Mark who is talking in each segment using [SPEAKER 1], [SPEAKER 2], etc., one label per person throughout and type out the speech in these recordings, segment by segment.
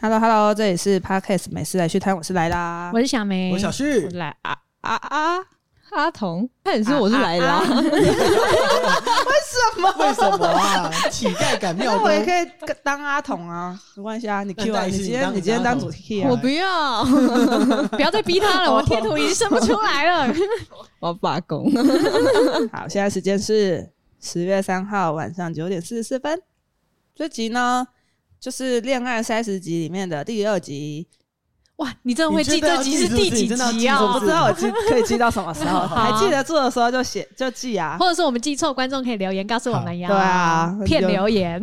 [SPEAKER 1] Hello Hello，这里是 Podcast 美食来去谈，我是来啦。
[SPEAKER 2] 我是小梅，
[SPEAKER 3] 哎我小旭
[SPEAKER 2] 我是来啊啊啊阿童，他也说我是来啦、
[SPEAKER 1] 啊
[SPEAKER 3] 为什么啊？乞丐感妙
[SPEAKER 1] 那我也
[SPEAKER 3] 多，
[SPEAKER 1] 可以当阿童啊，没关系啊，你
[SPEAKER 3] 那
[SPEAKER 1] Q 啊，
[SPEAKER 3] 戴
[SPEAKER 1] 你
[SPEAKER 3] 西
[SPEAKER 1] 今
[SPEAKER 3] 你
[SPEAKER 1] 天
[SPEAKER 3] 当
[SPEAKER 1] 你今天
[SPEAKER 3] 你
[SPEAKER 1] 当
[SPEAKER 3] 当
[SPEAKER 1] 主
[SPEAKER 3] 阿童
[SPEAKER 1] key 啊
[SPEAKER 2] 我。不要，不要再逼他了，我贴图已经生不出来了，我要罢工。
[SPEAKER 1] 好，现在时间是十月三号晚上九点四十四分。这集呢，就是《恋爱三十集》里面的第二集，
[SPEAKER 2] 嗯哇，你真的会记
[SPEAKER 3] 你真
[SPEAKER 2] 这
[SPEAKER 3] 的要
[SPEAKER 2] 集是第几
[SPEAKER 3] 记是不是你真的要
[SPEAKER 2] 集
[SPEAKER 3] 记
[SPEAKER 2] 啊？
[SPEAKER 3] 是
[SPEAKER 1] 我不知道我记可以记到什么时 候，
[SPEAKER 2] 好
[SPEAKER 1] 还记得住的时候就写就记啊。
[SPEAKER 2] 或者是我们记错，观众可以留言告诉我们呀。
[SPEAKER 1] 好对啊
[SPEAKER 2] 骗留言。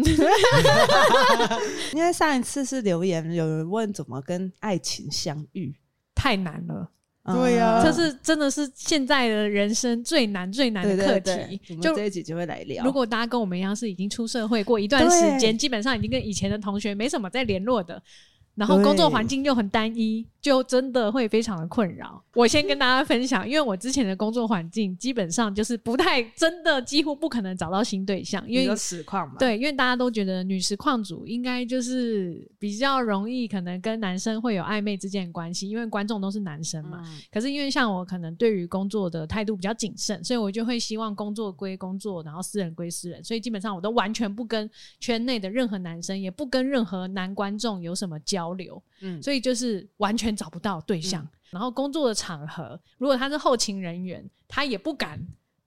[SPEAKER 1] 因为上一次是留言有人问怎么跟爱情相遇，
[SPEAKER 2] 太难了，
[SPEAKER 3] 对
[SPEAKER 1] 嗯
[SPEAKER 3] 呀
[SPEAKER 2] 啊这是真的是现在的人生最难最难
[SPEAKER 1] 对
[SPEAKER 2] 的
[SPEAKER 1] 对
[SPEAKER 2] 课
[SPEAKER 1] 对
[SPEAKER 2] 题。
[SPEAKER 1] 对我们
[SPEAKER 2] 就
[SPEAKER 1] 这一集就会来聊。
[SPEAKER 2] 如果大家跟我们一样是已经出社会过一段
[SPEAKER 1] 对
[SPEAKER 2] 时间，基本上已经跟以前的同学没什么在联络的，然后工作
[SPEAKER 1] 对
[SPEAKER 2] 环境又很单一，就真的会非常的困扰。我先跟大家分享，因为我之前的工作环境基本上就是不太真的，几乎不可能找到新对象，因
[SPEAKER 1] 你
[SPEAKER 2] 为
[SPEAKER 1] 说实况嘛，，
[SPEAKER 2] 对，因为大家都觉得女实况主应该就是比较容易，可能跟男生会有暧昧之间的关系，因为观众都是男生嘛。可是因为像我可能对于工作的态度比较谨慎，所以我就会希望工作归工作，然后私人归私人，所以基本上我都完全不跟圈内的任何男生，也不跟任何男观众有什么交流，
[SPEAKER 1] 嗯，
[SPEAKER 2] 所以就是完全找不到对象。然后工作的场合，如果他是后勤人员，他也不敢。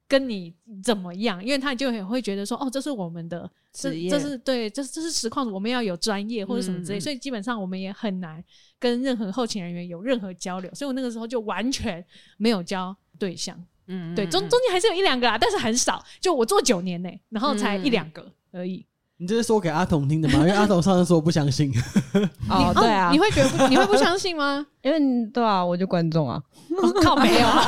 [SPEAKER 2] 跟你怎么样？因为他就也会觉得说，哦，这是我们的，这
[SPEAKER 1] 职业
[SPEAKER 2] 这是对，这这是实况，我们要有专业或者什么之
[SPEAKER 1] 嗯
[SPEAKER 2] 类，
[SPEAKER 1] 嗯
[SPEAKER 2] 所以基本上我们也很难跟任何后勤人员有任何交流，所以我那个时候就完全没有交对象，
[SPEAKER 1] 嗯
[SPEAKER 2] 对，中
[SPEAKER 1] 嗯
[SPEAKER 2] 中间还是有一两个啦，啊但是很少，就我做九年呢、然后才
[SPEAKER 1] 嗯
[SPEAKER 2] 一两个而已。
[SPEAKER 3] 你这是说给阿童听的吗？因为阿童上次说不相 信，
[SPEAKER 1] 哦，对啊
[SPEAKER 2] 你，会觉得不你会不相 信吗？
[SPEAKER 4] 因为对啊，我就观众啊，
[SPEAKER 2] 哦靠，没 有啊，。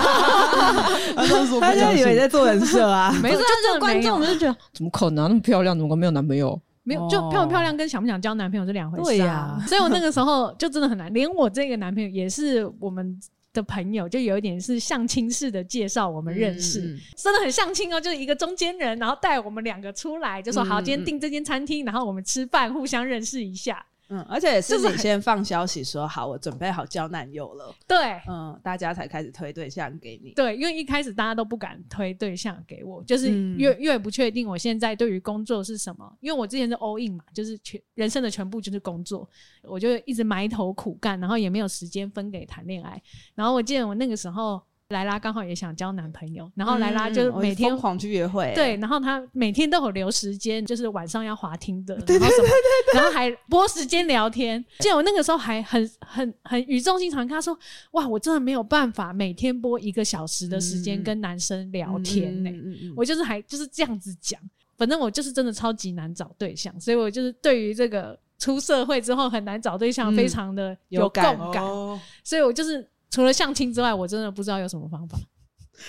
[SPEAKER 3] 阿童说
[SPEAKER 1] 他
[SPEAKER 3] 不
[SPEAKER 1] 就
[SPEAKER 3] 相
[SPEAKER 1] 以为
[SPEAKER 3] 信。
[SPEAKER 1] 在做人设啊
[SPEAKER 2] 没事，真的
[SPEAKER 4] 观
[SPEAKER 2] 没有
[SPEAKER 4] 众我就觉得怎么可能啊、那么漂亮，怎么没有男朋友？啊
[SPEAKER 2] 没有，就
[SPEAKER 1] 哦
[SPEAKER 2] 漂不漂亮跟想不想交男朋友是两回事、啊。
[SPEAKER 1] 对呀
[SPEAKER 2] 所以我那个时候就真的很难，连我这个男朋友也是我们的朋友，就有一点是相亲式的介绍我们认识，
[SPEAKER 1] 嗯嗯嗯
[SPEAKER 2] 真的很相亲哦，就是一个中间人，然后带我们两个出来，就说
[SPEAKER 1] 嗯
[SPEAKER 2] 好，
[SPEAKER 1] 嗯
[SPEAKER 2] 今天订这间餐厅，然后我们吃饭，互相认识一下。
[SPEAKER 1] 嗯，而且也是
[SPEAKER 2] 就是
[SPEAKER 1] 你先放消息说好，我准备好交男友了，
[SPEAKER 2] 对。
[SPEAKER 1] 嗯，大家才开始推对象给你。
[SPEAKER 2] 对，因为一开始大家都不敢推对象给我，就是
[SPEAKER 1] 嗯
[SPEAKER 2] 越、越不确定我现在对于工作是什么。因为我之前是 all in 嘛，就是全人生的全部就是工作，我就一直埋头苦干，然后也没有时间分给谈恋爱。然后我记得我那个时候，莱拉刚好也想交男朋友，然后莱拉就
[SPEAKER 1] 嗯
[SPEAKER 2] 每天
[SPEAKER 1] 我疯狂去约会，欸
[SPEAKER 2] 对，，然后他每天都有留时间，就是晚上要滑听的，然后什么，然后还拨时间聊天。记得我那个时候还很很很语重心长跟他说：“哇，我真的没有办法每天拨一个小时的时
[SPEAKER 1] 嗯嗯
[SPEAKER 2] 间
[SPEAKER 1] 嗯
[SPEAKER 2] 跟男生聊天呢、
[SPEAKER 1] 嗯嗯
[SPEAKER 2] 我就是还就是这样子讲，反正我就是真的超级难找对象，所以我就是对于这个出社会之后很难找对象，
[SPEAKER 1] 嗯
[SPEAKER 2] 非常的
[SPEAKER 1] 有
[SPEAKER 2] 有共
[SPEAKER 1] 感
[SPEAKER 2] 感。
[SPEAKER 3] 哦，
[SPEAKER 2] 所以我就是除了相亲之外，我真的不知道有什么方 法，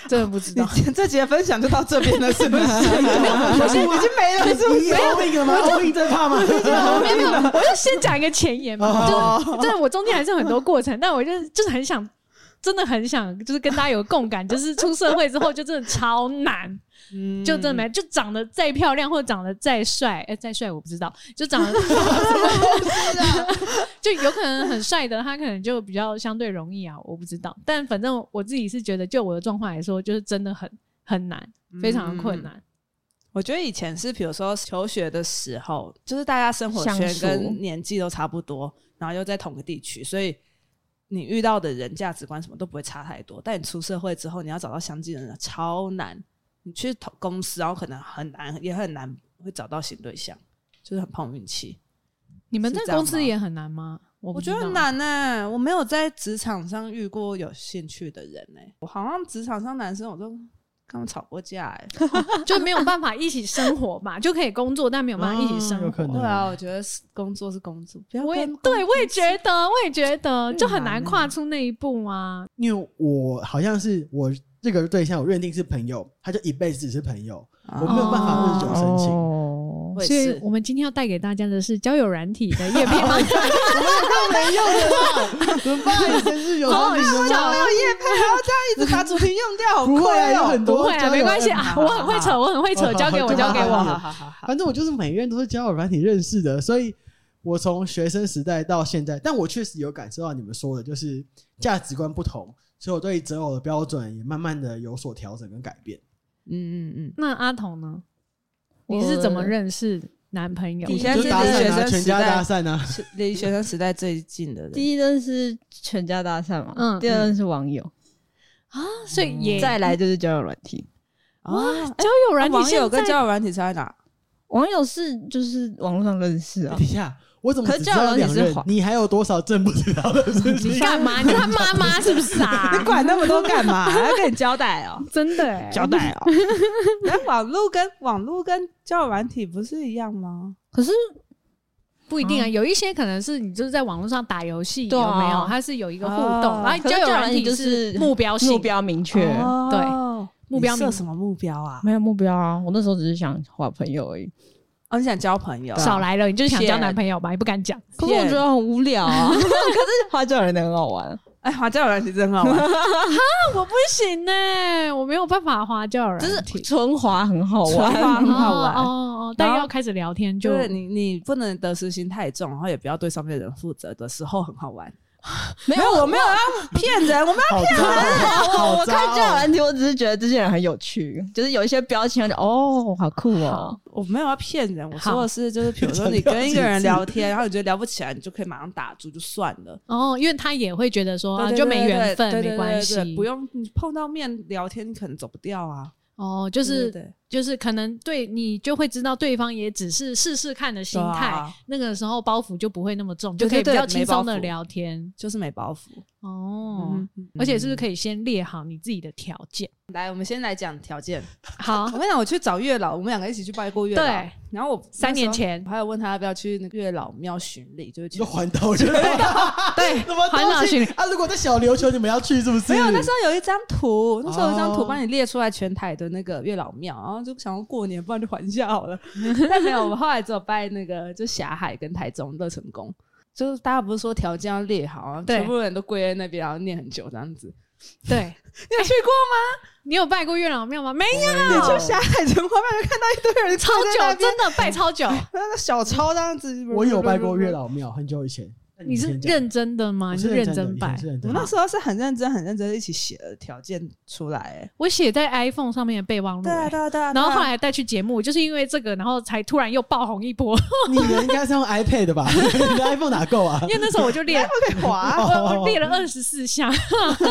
[SPEAKER 2] 真的不知道。
[SPEAKER 1] 你这集的分享就到这边了， 是不是？
[SPEAKER 3] 我 现在已经
[SPEAKER 1] 没了，是不
[SPEAKER 3] 没
[SPEAKER 1] 是？
[SPEAKER 3] 有那个吗？我应这怕吗？
[SPEAKER 2] 没有，没有，我就先讲一个前言嘛，
[SPEAKER 1] 哦
[SPEAKER 2] 就是真的，我中间还是有很多过程，但我就是就是很想，真的很想，就是跟大家有共感，就是出社会之后就真的超难，
[SPEAKER 1] 嗯
[SPEAKER 2] 就真的没，就长得再漂亮或者长得再帅，哎、再帅我不知道，就长 得
[SPEAKER 1] 啊
[SPEAKER 2] 就有可能很帅的，他可能就比较相对容易啊，我不知道，但反正我自己是觉得，就我的状况来说，就是真的很很难，非常的困
[SPEAKER 1] 嗯
[SPEAKER 2] 难。
[SPEAKER 1] 我觉得以前是，比如说求学的时候，就是大家生活圈
[SPEAKER 4] 相处
[SPEAKER 1] 跟年纪都差不多，然后又在同个地区，所以你遇到的人价值观什么都不会差太多。但你出社会之后，你要找到相近的人超难。你去同公司，然后可能很难，也很难会找到新对象，就是很碰运气。
[SPEAKER 2] 你们在
[SPEAKER 1] 是这样
[SPEAKER 2] 公司
[SPEAKER 1] 吗
[SPEAKER 2] 也很难吗？我
[SPEAKER 1] 我
[SPEAKER 2] 不
[SPEAKER 1] 觉得
[SPEAKER 2] 知道
[SPEAKER 1] 很难呢、欸我没有在职场上遇过有兴趣的人呢、我好像职场上男生我都跟他们吵过架哎、
[SPEAKER 2] 就没有办法一起生活嘛，就可以工作，但没有 办法一起生
[SPEAKER 3] 哦有
[SPEAKER 2] 活。
[SPEAKER 3] 可能
[SPEAKER 1] 对啊，我觉得是工作是工作，不要
[SPEAKER 2] 我也
[SPEAKER 1] 跟
[SPEAKER 2] 对，
[SPEAKER 1] 工
[SPEAKER 2] 我也
[SPEAKER 1] 作
[SPEAKER 2] 觉得，我也觉得，
[SPEAKER 1] 嗯
[SPEAKER 2] 就很
[SPEAKER 1] 难欸
[SPEAKER 2] 难跨出那一步啊。
[SPEAKER 3] 因为我好像是我这个对象，我认定是朋友，他就一辈子只是朋友，我没有办法日久生情。
[SPEAKER 4] 哦，
[SPEAKER 1] 我也
[SPEAKER 2] 所以
[SPEAKER 1] 是
[SPEAKER 2] 我们今天要带给大家的是交友软体的 叶片吗？
[SPEAKER 3] 没用的啦， 怎么办？你真是 有
[SPEAKER 2] 好
[SPEAKER 3] 道
[SPEAKER 2] 好
[SPEAKER 3] 理的
[SPEAKER 2] 笑
[SPEAKER 3] 吗？
[SPEAKER 2] 哦，
[SPEAKER 1] 一直把主题用掉，好
[SPEAKER 3] 不会啊，
[SPEAKER 1] 快
[SPEAKER 3] 有
[SPEAKER 1] 哦
[SPEAKER 3] 很
[SPEAKER 2] 不
[SPEAKER 3] 多
[SPEAKER 2] 会啊，
[SPEAKER 3] 交友
[SPEAKER 2] 没关系
[SPEAKER 3] app
[SPEAKER 2] 啊，我很会扯，我很会扯，
[SPEAKER 3] 好好
[SPEAKER 2] 交给我，
[SPEAKER 3] 好
[SPEAKER 2] 交给我。
[SPEAKER 1] 好好好好好，
[SPEAKER 3] 反正我就是每个人都是交友软体认识的，所以我从学生时代到现在，但我确实有感受到你们说的，就是价值观不同，所以我对择偶的标准也慢慢的有所调整跟改变。
[SPEAKER 1] 嗯嗯嗯，
[SPEAKER 2] 那阿童呢？
[SPEAKER 4] 我
[SPEAKER 2] 你是怎么认识男朋友的？
[SPEAKER 1] 你现在
[SPEAKER 3] 就是搭
[SPEAKER 1] 跟学
[SPEAKER 3] 讪啊，
[SPEAKER 1] 生
[SPEAKER 3] 全
[SPEAKER 1] 时
[SPEAKER 3] 家
[SPEAKER 1] 代
[SPEAKER 3] 搭讪啊，
[SPEAKER 1] 是离学生时代最近的人，
[SPEAKER 4] 第一任是全家搭讪嘛，
[SPEAKER 2] 嗯
[SPEAKER 4] 第二任是网友，
[SPEAKER 2] 所以
[SPEAKER 1] 嗯
[SPEAKER 2] 也
[SPEAKER 4] 再来就是交友软体。
[SPEAKER 1] 哇，
[SPEAKER 2] 交友软体
[SPEAKER 1] 啊网
[SPEAKER 2] 现
[SPEAKER 1] 友跟
[SPEAKER 2] 在
[SPEAKER 1] 交友软体差在 哪？
[SPEAKER 4] 网友是就是网络上认识啊
[SPEAKER 3] 等一，下，我怎么
[SPEAKER 4] 可
[SPEAKER 3] 只
[SPEAKER 4] 是
[SPEAKER 3] 知道
[SPEAKER 4] 交友
[SPEAKER 3] 两
[SPEAKER 4] 软体是
[SPEAKER 3] 任
[SPEAKER 4] 滑？
[SPEAKER 3] 你还有多少挣不知道的事
[SPEAKER 2] 你
[SPEAKER 3] 情？
[SPEAKER 2] 干嘛？你是他妈妈是不是啊？
[SPEAKER 1] 你管那么多干嘛？还要跟你交代 哦，
[SPEAKER 2] 真的哎、
[SPEAKER 1] 交代 哦。那网络跟网络跟交友软体不是一样吗？
[SPEAKER 4] 可是
[SPEAKER 2] 不一定
[SPEAKER 1] 嗯
[SPEAKER 2] 啊，有一些可能是你就是在网络上打游戏，
[SPEAKER 4] 对啊
[SPEAKER 2] 有没有？它是有一个互
[SPEAKER 1] 哦
[SPEAKER 2] 动，然啊后
[SPEAKER 4] 可是
[SPEAKER 2] 交友
[SPEAKER 4] 交友
[SPEAKER 2] 软
[SPEAKER 4] 软体
[SPEAKER 2] 体
[SPEAKER 4] 就是
[SPEAKER 2] 目标性
[SPEAKER 4] 目，标明确，
[SPEAKER 1] 哦
[SPEAKER 2] 目标
[SPEAKER 1] 你设
[SPEAKER 2] 明
[SPEAKER 1] 什么目标啊？
[SPEAKER 4] 没有目标啊。我那时候只是想画朋友而已，
[SPEAKER 1] 哦，你想交朋友？
[SPEAKER 2] 少来了，你就是想交男朋友吧？你不敢讲，
[SPEAKER 4] 可是我觉得很无聊 啊。可是画交友软体很好玩，
[SPEAKER 1] 哎，滑交友软体真好 玩，
[SPEAKER 2] 我不行呢、
[SPEAKER 1] 欸
[SPEAKER 2] 我没有办法滑交友
[SPEAKER 4] 就
[SPEAKER 2] 软
[SPEAKER 4] 是
[SPEAKER 2] 体，
[SPEAKER 4] 纯滑很好
[SPEAKER 1] 纯
[SPEAKER 4] 玩，
[SPEAKER 1] 滑很好玩
[SPEAKER 2] 哦哦哦，
[SPEAKER 1] 然
[SPEAKER 2] 但
[SPEAKER 1] 后
[SPEAKER 2] 要开始聊天就
[SPEAKER 1] 就是你你不能得失心太重，然后也不要对上面的人负责的时候很好玩。
[SPEAKER 4] 没有
[SPEAKER 1] 我没有要骗人，我没有
[SPEAKER 3] 好渣哦，
[SPEAKER 4] 我
[SPEAKER 3] 好
[SPEAKER 4] 我看交友
[SPEAKER 3] 渣哦！
[SPEAKER 4] 软体，我只是觉得这些人很有趣，就是有一些标签，我就哦，好酷哦
[SPEAKER 2] 好。
[SPEAKER 1] 我没有要骗人，我
[SPEAKER 2] 好
[SPEAKER 1] 说的是就是，比如说你跟一个人聊天，然后你觉得聊不起来，你就可以马上打住就算了。
[SPEAKER 2] 哦，因为他也会觉得说
[SPEAKER 1] 对
[SPEAKER 2] 啊，
[SPEAKER 1] 对
[SPEAKER 2] 就
[SPEAKER 1] 对
[SPEAKER 2] 没
[SPEAKER 1] 对
[SPEAKER 2] 缘分，
[SPEAKER 1] 对对
[SPEAKER 2] 没
[SPEAKER 1] 对
[SPEAKER 2] 关
[SPEAKER 1] 对对
[SPEAKER 2] 系，
[SPEAKER 1] 不用你碰到面聊天，你可能走不掉啊。
[SPEAKER 2] 哦，就
[SPEAKER 1] 就是对对
[SPEAKER 2] 就是可能对你就会知道对方也只是试试看的心
[SPEAKER 1] 对啊
[SPEAKER 2] 态，那个时候包袱就不会那么重，
[SPEAKER 1] 对
[SPEAKER 2] 就可以比
[SPEAKER 1] 对对
[SPEAKER 2] 较轻松
[SPEAKER 1] 没包
[SPEAKER 2] 的
[SPEAKER 1] 袱
[SPEAKER 2] 聊天
[SPEAKER 1] 就是没包袱。
[SPEAKER 2] 哦。
[SPEAKER 1] 嗯，
[SPEAKER 2] 而且是不是可
[SPEAKER 1] 以
[SPEAKER 2] 以先列好你自己的条件？
[SPEAKER 1] 来？我们先来讲条件。
[SPEAKER 2] 好
[SPEAKER 1] 我，跟你讲，我去找月老，我们两个一起去拜过月老。
[SPEAKER 2] 对，
[SPEAKER 1] 然后我
[SPEAKER 2] 三年前
[SPEAKER 1] 我还有问他要不要去那个月老庙巡礼，就是
[SPEAKER 3] 你
[SPEAKER 1] 去
[SPEAKER 3] 说。环岛去，对，什么
[SPEAKER 2] 环岛
[SPEAKER 3] 东西
[SPEAKER 2] 去
[SPEAKER 3] 啊？如果在小琉球，你们要去是不是？
[SPEAKER 1] 没有，那时候有一张图，那时候有一张图
[SPEAKER 3] 哦
[SPEAKER 1] 帮你列出来全台的那个月老庙，然后就想要过年，不然就还一下好了。但没有，我们后来只有拜那个就霞海跟台中乐成宫，就是大家不是说条件要列好啊，
[SPEAKER 2] 对
[SPEAKER 1] 全部人都跪在那边，然后念很久这样子。
[SPEAKER 2] 对
[SPEAKER 1] 你有去过
[SPEAKER 2] 你有拜过月老庙吗？没有，
[SPEAKER 1] 你去霞海城隍庙就看到一堆人
[SPEAKER 2] 超久，真的拜超久。
[SPEAKER 1] 那个小抄这样子。
[SPEAKER 3] 我有拜过月，老庙，很久以前。那
[SPEAKER 2] 你是
[SPEAKER 3] 先讲
[SPEAKER 2] 认真的吗？
[SPEAKER 3] 我
[SPEAKER 2] 你
[SPEAKER 3] 是
[SPEAKER 2] 认
[SPEAKER 3] 认真的
[SPEAKER 2] 真拜
[SPEAKER 3] 以前是？认
[SPEAKER 1] 我
[SPEAKER 3] 真
[SPEAKER 1] 们
[SPEAKER 3] 的
[SPEAKER 1] 那时候是很认真、很认真地一起写的条件出来、欸。
[SPEAKER 2] 我写在 iPhone 上面的备忘录
[SPEAKER 1] 对
[SPEAKER 2] 欸、
[SPEAKER 1] 啊，对啊，对啊。
[SPEAKER 2] 然后
[SPEAKER 1] 对啊
[SPEAKER 2] 后来带去节目，就是因为这个，然后才突然又爆红一波。
[SPEAKER 3] 你的应该是用 iPad 的吧？你的 iPhone 哪够啊？
[SPEAKER 2] 因为那时候我就列了
[SPEAKER 1] 可以滑，
[SPEAKER 2] 我我列了二十四项，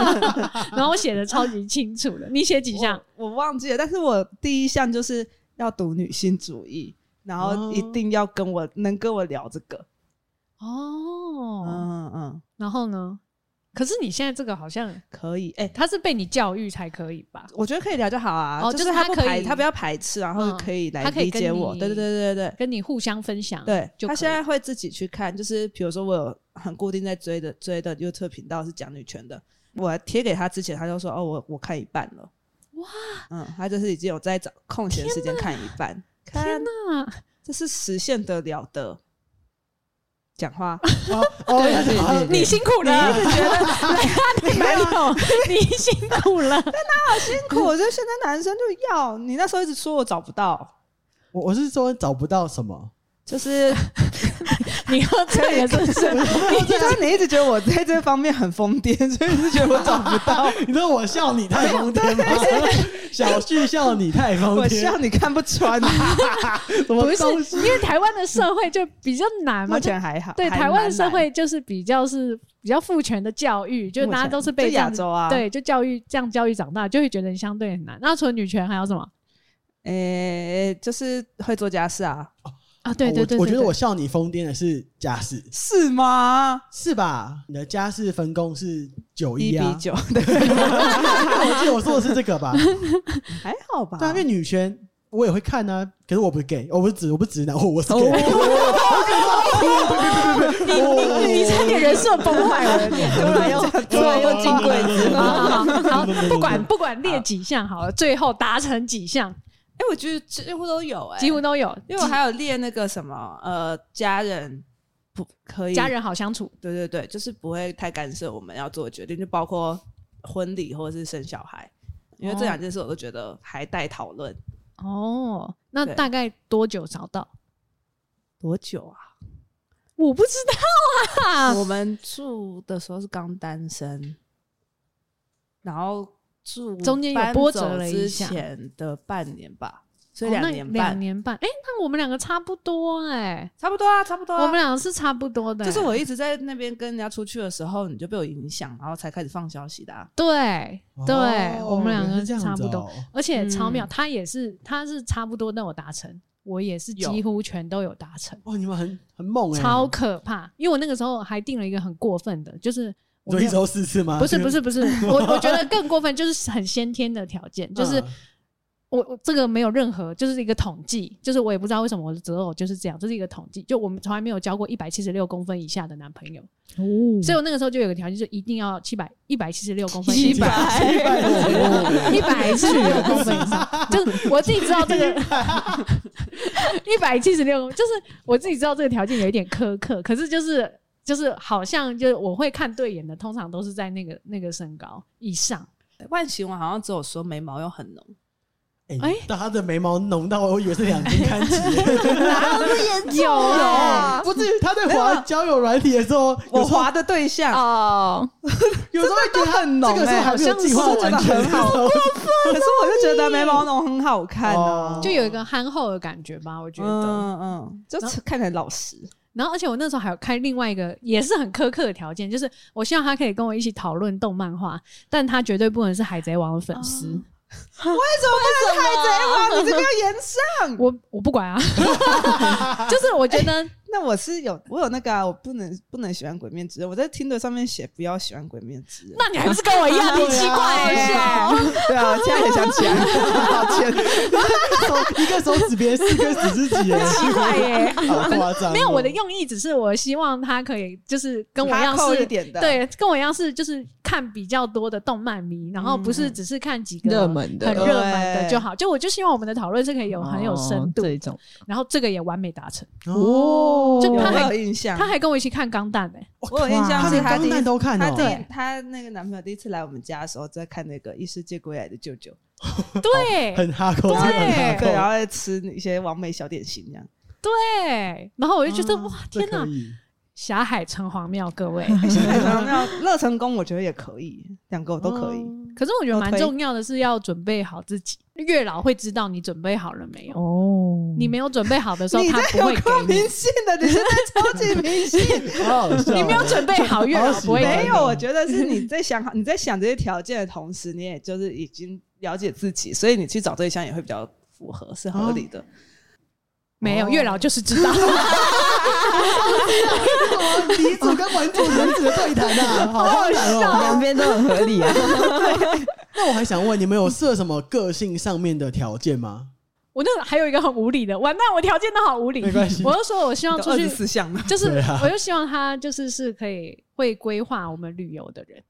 [SPEAKER 2] 然后我写的超级清楚的。你写几项？
[SPEAKER 1] 我忘记了。但是我第一项就是要读女性主义，然后一定要跟我、能跟我聊这个。
[SPEAKER 2] 哦，
[SPEAKER 1] 嗯嗯，
[SPEAKER 2] 然后呢？可是你现在这个好像，
[SPEAKER 1] 可以。哎、
[SPEAKER 2] 他是被你教育才可以吧？
[SPEAKER 1] 我觉得可以聊就好啊，
[SPEAKER 2] 哦
[SPEAKER 1] 就是
[SPEAKER 2] 就是
[SPEAKER 1] 他
[SPEAKER 2] 他
[SPEAKER 1] 不
[SPEAKER 2] 可以
[SPEAKER 1] 排，他不要排斥，然后
[SPEAKER 2] 嗯
[SPEAKER 1] 可以来
[SPEAKER 2] 他可以
[SPEAKER 1] 理解
[SPEAKER 2] 跟
[SPEAKER 1] 我。
[SPEAKER 2] 你
[SPEAKER 1] 对对对对对。
[SPEAKER 2] 跟你互相分享，
[SPEAKER 1] 对，
[SPEAKER 2] 就
[SPEAKER 1] 他
[SPEAKER 2] 可
[SPEAKER 1] 现
[SPEAKER 2] 以
[SPEAKER 1] 在会自己去看，就是比如说我有很固定在追的追的 YouTube 频道是讲女权的，我贴给他之前，他就说哦，我我看一半了，哇，嗯，他就是已经有在找空闲时间看一半，
[SPEAKER 2] 天
[SPEAKER 1] 看
[SPEAKER 2] 哪，
[SPEAKER 1] 这是实现得了的。讲 话，
[SPEAKER 3] 哦哦，
[SPEAKER 4] 对对对
[SPEAKER 2] 你辛苦了，
[SPEAKER 1] 觉得
[SPEAKER 2] 你 没有，你辛苦了。
[SPEAKER 1] 辛苦，我觉得现在男生就要你那时候一直说我找不到，
[SPEAKER 3] 我我是说找不到什么，
[SPEAKER 1] 就是
[SPEAKER 2] 你喝醉了是 不是？
[SPEAKER 1] 就是你一直觉得我在这方面很疯癫，所以你是觉得我找不到，
[SPEAKER 3] 你说我笑你太疯癫吗？小旭笑你太疯
[SPEAKER 1] 我
[SPEAKER 3] 癫
[SPEAKER 1] 笑，你看不穿，
[SPEAKER 3] 什么
[SPEAKER 2] 不
[SPEAKER 3] 东
[SPEAKER 2] 是，
[SPEAKER 3] 西？
[SPEAKER 2] 因为台湾的社会就比较难
[SPEAKER 1] 目
[SPEAKER 2] 嘛，就
[SPEAKER 1] 前还好。
[SPEAKER 2] 对
[SPEAKER 1] 还
[SPEAKER 2] 台湾的
[SPEAKER 1] 蛮
[SPEAKER 2] 社
[SPEAKER 1] 难
[SPEAKER 2] 会就是比较是比较父权的教育，就是大家都是被这
[SPEAKER 1] 亚
[SPEAKER 2] 样
[SPEAKER 1] 洲啊，，
[SPEAKER 2] 对，就教育这样教育长大，就会觉得相对很难。那除了女权还有什么
[SPEAKER 1] 诶、就是会做家事啊，
[SPEAKER 2] 啊？对对对，
[SPEAKER 3] 哦我我觉得
[SPEAKER 2] 对
[SPEAKER 3] 我笑你疯癫的是家事，
[SPEAKER 1] 是吗？
[SPEAKER 3] 是吧？你的家事分工是九
[SPEAKER 1] 一
[SPEAKER 3] 啊
[SPEAKER 1] 比， 九，对，
[SPEAKER 3] 我记得我说的是这个吧？
[SPEAKER 1] 还好吧
[SPEAKER 3] 对啊，因为女权我也会看啊，可是我不是 gay，我不是直，我不是直男，我我是
[SPEAKER 4] 哦
[SPEAKER 3] gay。
[SPEAKER 2] 对你差点人设崩坏了，突然又突然又进柜子。好好好，不管不管列几项好了，最后达成几项
[SPEAKER 1] 哎、我觉得几乎都有、哎，
[SPEAKER 2] 几乎，都有，
[SPEAKER 1] 因为我还有列那个什么，呃，家人不可以，
[SPEAKER 2] 家，人好相处。
[SPEAKER 1] 对对对，就是不会太干涉我们要做的决定，就包括婚礼或者是生小孩，因为这
[SPEAKER 2] 哦
[SPEAKER 1] 两件事我都觉得还待讨论。
[SPEAKER 2] 哦，那
[SPEAKER 1] 对
[SPEAKER 2] 大概多久找到？
[SPEAKER 1] 多久啊？
[SPEAKER 2] 我不知道啊，
[SPEAKER 1] 我们住的时候是刚单身，然后住
[SPEAKER 2] 中间有
[SPEAKER 1] 搬
[SPEAKER 2] 波折
[SPEAKER 1] 走
[SPEAKER 2] 了一
[SPEAKER 1] 之
[SPEAKER 2] 下
[SPEAKER 1] 前的半年吧，所
[SPEAKER 2] 哦
[SPEAKER 1] 以两
[SPEAKER 2] 那
[SPEAKER 1] 年半，
[SPEAKER 2] 两年半，哎、那我们两个差不多哎、
[SPEAKER 1] 差不多啊，差不多、啊。
[SPEAKER 2] 我们两个是差不多的、
[SPEAKER 1] 就是我一直在那边跟人家出去的时候，你就被我影响，然后才开始放消息的、啊。
[SPEAKER 2] 对对、
[SPEAKER 3] 哦
[SPEAKER 2] 我们两
[SPEAKER 3] 原来
[SPEAKER 2] 个
[SPEAKER 3] 是这
[SPEAKER 2] 是差
[SPEAKER 3] 样子
[SPEAKER 2] 不多，
[SPEAKER 3] 哦
[SPEAKER 2] 而且超妙，
[SPEAKER 1] 嗯
[SPEAKER 2] 他也是他是差不多都有达成，我也是
[SPEAKER 1] 有
[SPEAKER 2] 几乎全都有达成，
[SPEAKER 3] 哇，你们很很猛哎、
[SPEAKER 2] 超可怕。因为我那个时候还定了一个很过分的，就是我
[SPEAKER 3] 就
[SPEAKER 2] 没
[SPEAKER 3] 一
[SPEAKER 2] 有
[SPEAKER 3] 周四次吗？啊
[SPEAKER 2] 不是不是不是， 我我觉得更过分就是很先天的条件，就是
[SPEAKER 3] 嗯
[SPEAKER 2] 我我这个没有任何，就是一个统计，就是我也不知道为什么我的择偶就是这样，这是一个统计，就我们从来没有交过一百七十六公分以下的男朋友，
[SPEAKER 3] 嗯
[SPEAKER 4] 哦
[SPEAKER 2] 所以我那个时候就有个条件，就一定要七百一百七十六公分以上，
[SPEAKER 3] 一 百
[SPEAKER 2] 一百七十六公分以上，就是我自己知道这个 一百七十六，就是我自己知道这个条件有一点苛刻，可是就是就是好像就是我会看对眼的，通常都是在那个那个身高以上。
[SPEAKER 1] 万晴我好像只有说眉毛又很浓，
[SPEAKER 3] 哎
[SPEAKER 2] 哎，
[SPEAKER 3] 但他的眉毛浓到我以为是两斤看级，
[SPEAKER 2] 有啊，
[SPEAKER 3] 不至于。他在滑交友软体的时候，有
[SPEAKER 1] 我
[SPEAKER 3] 时候
[SPEAKER 1] 滑的对 象，
[SPEAKER 4] 哦，
[SPEAKER 3] 有时候会觉得很浓，这个时候还没有进化完全的时候，
[SPEAKER 1] 可是我就觉得眉毛浓很好看啊，
[SPEAKER 3] 哦
[SPEAKER 2] 就有一个憨厚的感觉吧，我觉得。
[SPEAKER 1] 嗯嗯，就是看起来老实，
[SPEAKER 2] 然后，而且我那时候还有开另外一个也是很苛刻的条件，就是我希望他可以跟我一起讨论动漫画，但他绝对不能是海贼王的粉丝。
[SPEAKER 1] 为什么海贼王？你这个要延伸？
[SPEAKER 2] 我我不管啊， 就是我觉得
[SPEAKER 1] 那我是有我有那个、啊，我不能不能喜欢鬼面之刃。我在听的上面写不要喜欢鬼面之刃。
[SPEAKER 2] 那你还是跟我一样，你奇怪欸
[SPEAKER 1] 对 啊，我现在也想起来，抱歉。
[SPEAKER 3] 一个手指别人四个指自 己耶，
[SPEAKER 2] 奇怪耶。
[SPEAKER 3] 好夸张哦。
[SPEAKER 2] 啊没有，我的用意只是我希望他可以就是跟我一样
[SPEAKER 1] 哈扣
[SPEAKER 2] 是
[SPEAKER 1] 一点的
[SPEAKER 2] 对，跟我一样是就是看比较多的动漫迷，然后不是只是看几个
[SPEAKER 4] 热门的
[SPEAKER 2] 很热门的
[SPEAKER 1] 对
[SPEAKER 2] 就好。就我就希望我们的讨论是可以有很有深度，
[SPEAKER 4] 哦这种
[SPEAKER 2] 然后这个也完美达成。
[SPEAKER 3] 哦，
[SPEAKER 2] 就他
[SPEAKER 1] 我
[SPEAKER 2] 还
[SPEAKER 1] 有印象，
[SPEAKER 2] 他还跟我一起看《钢弹》呢，
[SPEAKER 1] 我有印象
[SPEAKER 3] 他
[SPEAKER 1] 是
[SPEAKER 3] 连
[SPEAKER 1] 他第
[SPEAKER 3] 钢
[SPEAKER 1] 一
[SPEAKER 3] 弹都看
[SPEAKER 1] 他
[SPEAKER 3] 哦，
[SPEAKER 1] 第一他那个男朋友第一次来我们家的时候，在看那个《异世界归来的舅舅》，
[SPEAKER 2] 对
[SPEAKER 3] 很哈扣，真的很哈
[SPEAKER 1] 对，啊然
[SPEAKER 2] 啊
[SPEAKER 1] 后
[SPEAKER 3] 扣，
[SPEAKER 1] 在吃一些完美小点心这 样。
[SPEAKER 2] 对。然后我就觉得
[SPEAKER 3] 嗯
[SPEAKER 2] 哇，
[SPEAKER 3] 这
[SPEAKER 2] 天
[SPEAKER 3] 可
[SPEAKER 2] 哪！
[SPEAKER 3] 以
[SPEAKER 2] 霞海城隍庙，各位，
[SPEAKER 1] 然后乐成功我觉得也可以，两个我都可以。
[SPEAKER 2] 嗯可是我觉得蛮重要的是要准备好自己，月老会知道你准备好了没有。
[SPEAKER 4] 哦
[SPEAKER 2] 你没有准备好的时候，
[SPEAKER 1] 你
[SPEAKER 2] 他
[SPEAKER 1] 这
[SPEAKER 2] 不会
[SPEAKER 1] 有够
[SPEAKER 2] 给
[SPEAKER 1] 迷信的，你现在超级迷信。
[SPEAKER 3] 好好笑哦。
[SPEAKER 2] 你。你没有准备好，月老不会
[SPEAKER 1] 没
[SPEAKER 2] 给
[SPEAKER 1] 有，我觉得是你在想好 你在想这些条件的同时，你也就是已经了解自己，所以你去找对象也会比较符合，是合理的。
[SPEAKER 2] 你。
[SPEAKER 3] 哦
[SPEAKER 2] 没有，月老就是知道。
[SPEAKER 3] 李主跟文主人主的对谈啊，好好难哦。
[SPEAKER 4] 两边都很合理啊。
[SPEAKER 3] 那我还想问，你们有设什么个性上面的条件吗？
[SPEAKER 2] 我那个还有一个很无理的，完蛋，我条件都好无理。
[SPEAKER 3] 没关系
[SPEAKER 2] 我就说我希望出
[SPEAKER 1] 二
[SPEAKER 2] 去
[SPEAKER 1] 十，四项嘛，
[SPEAKER 2] 就是
[SPEAKER 3] 对啊
[SPEAKER 2] 我就希望他就是是可以会规划我们旅游的人，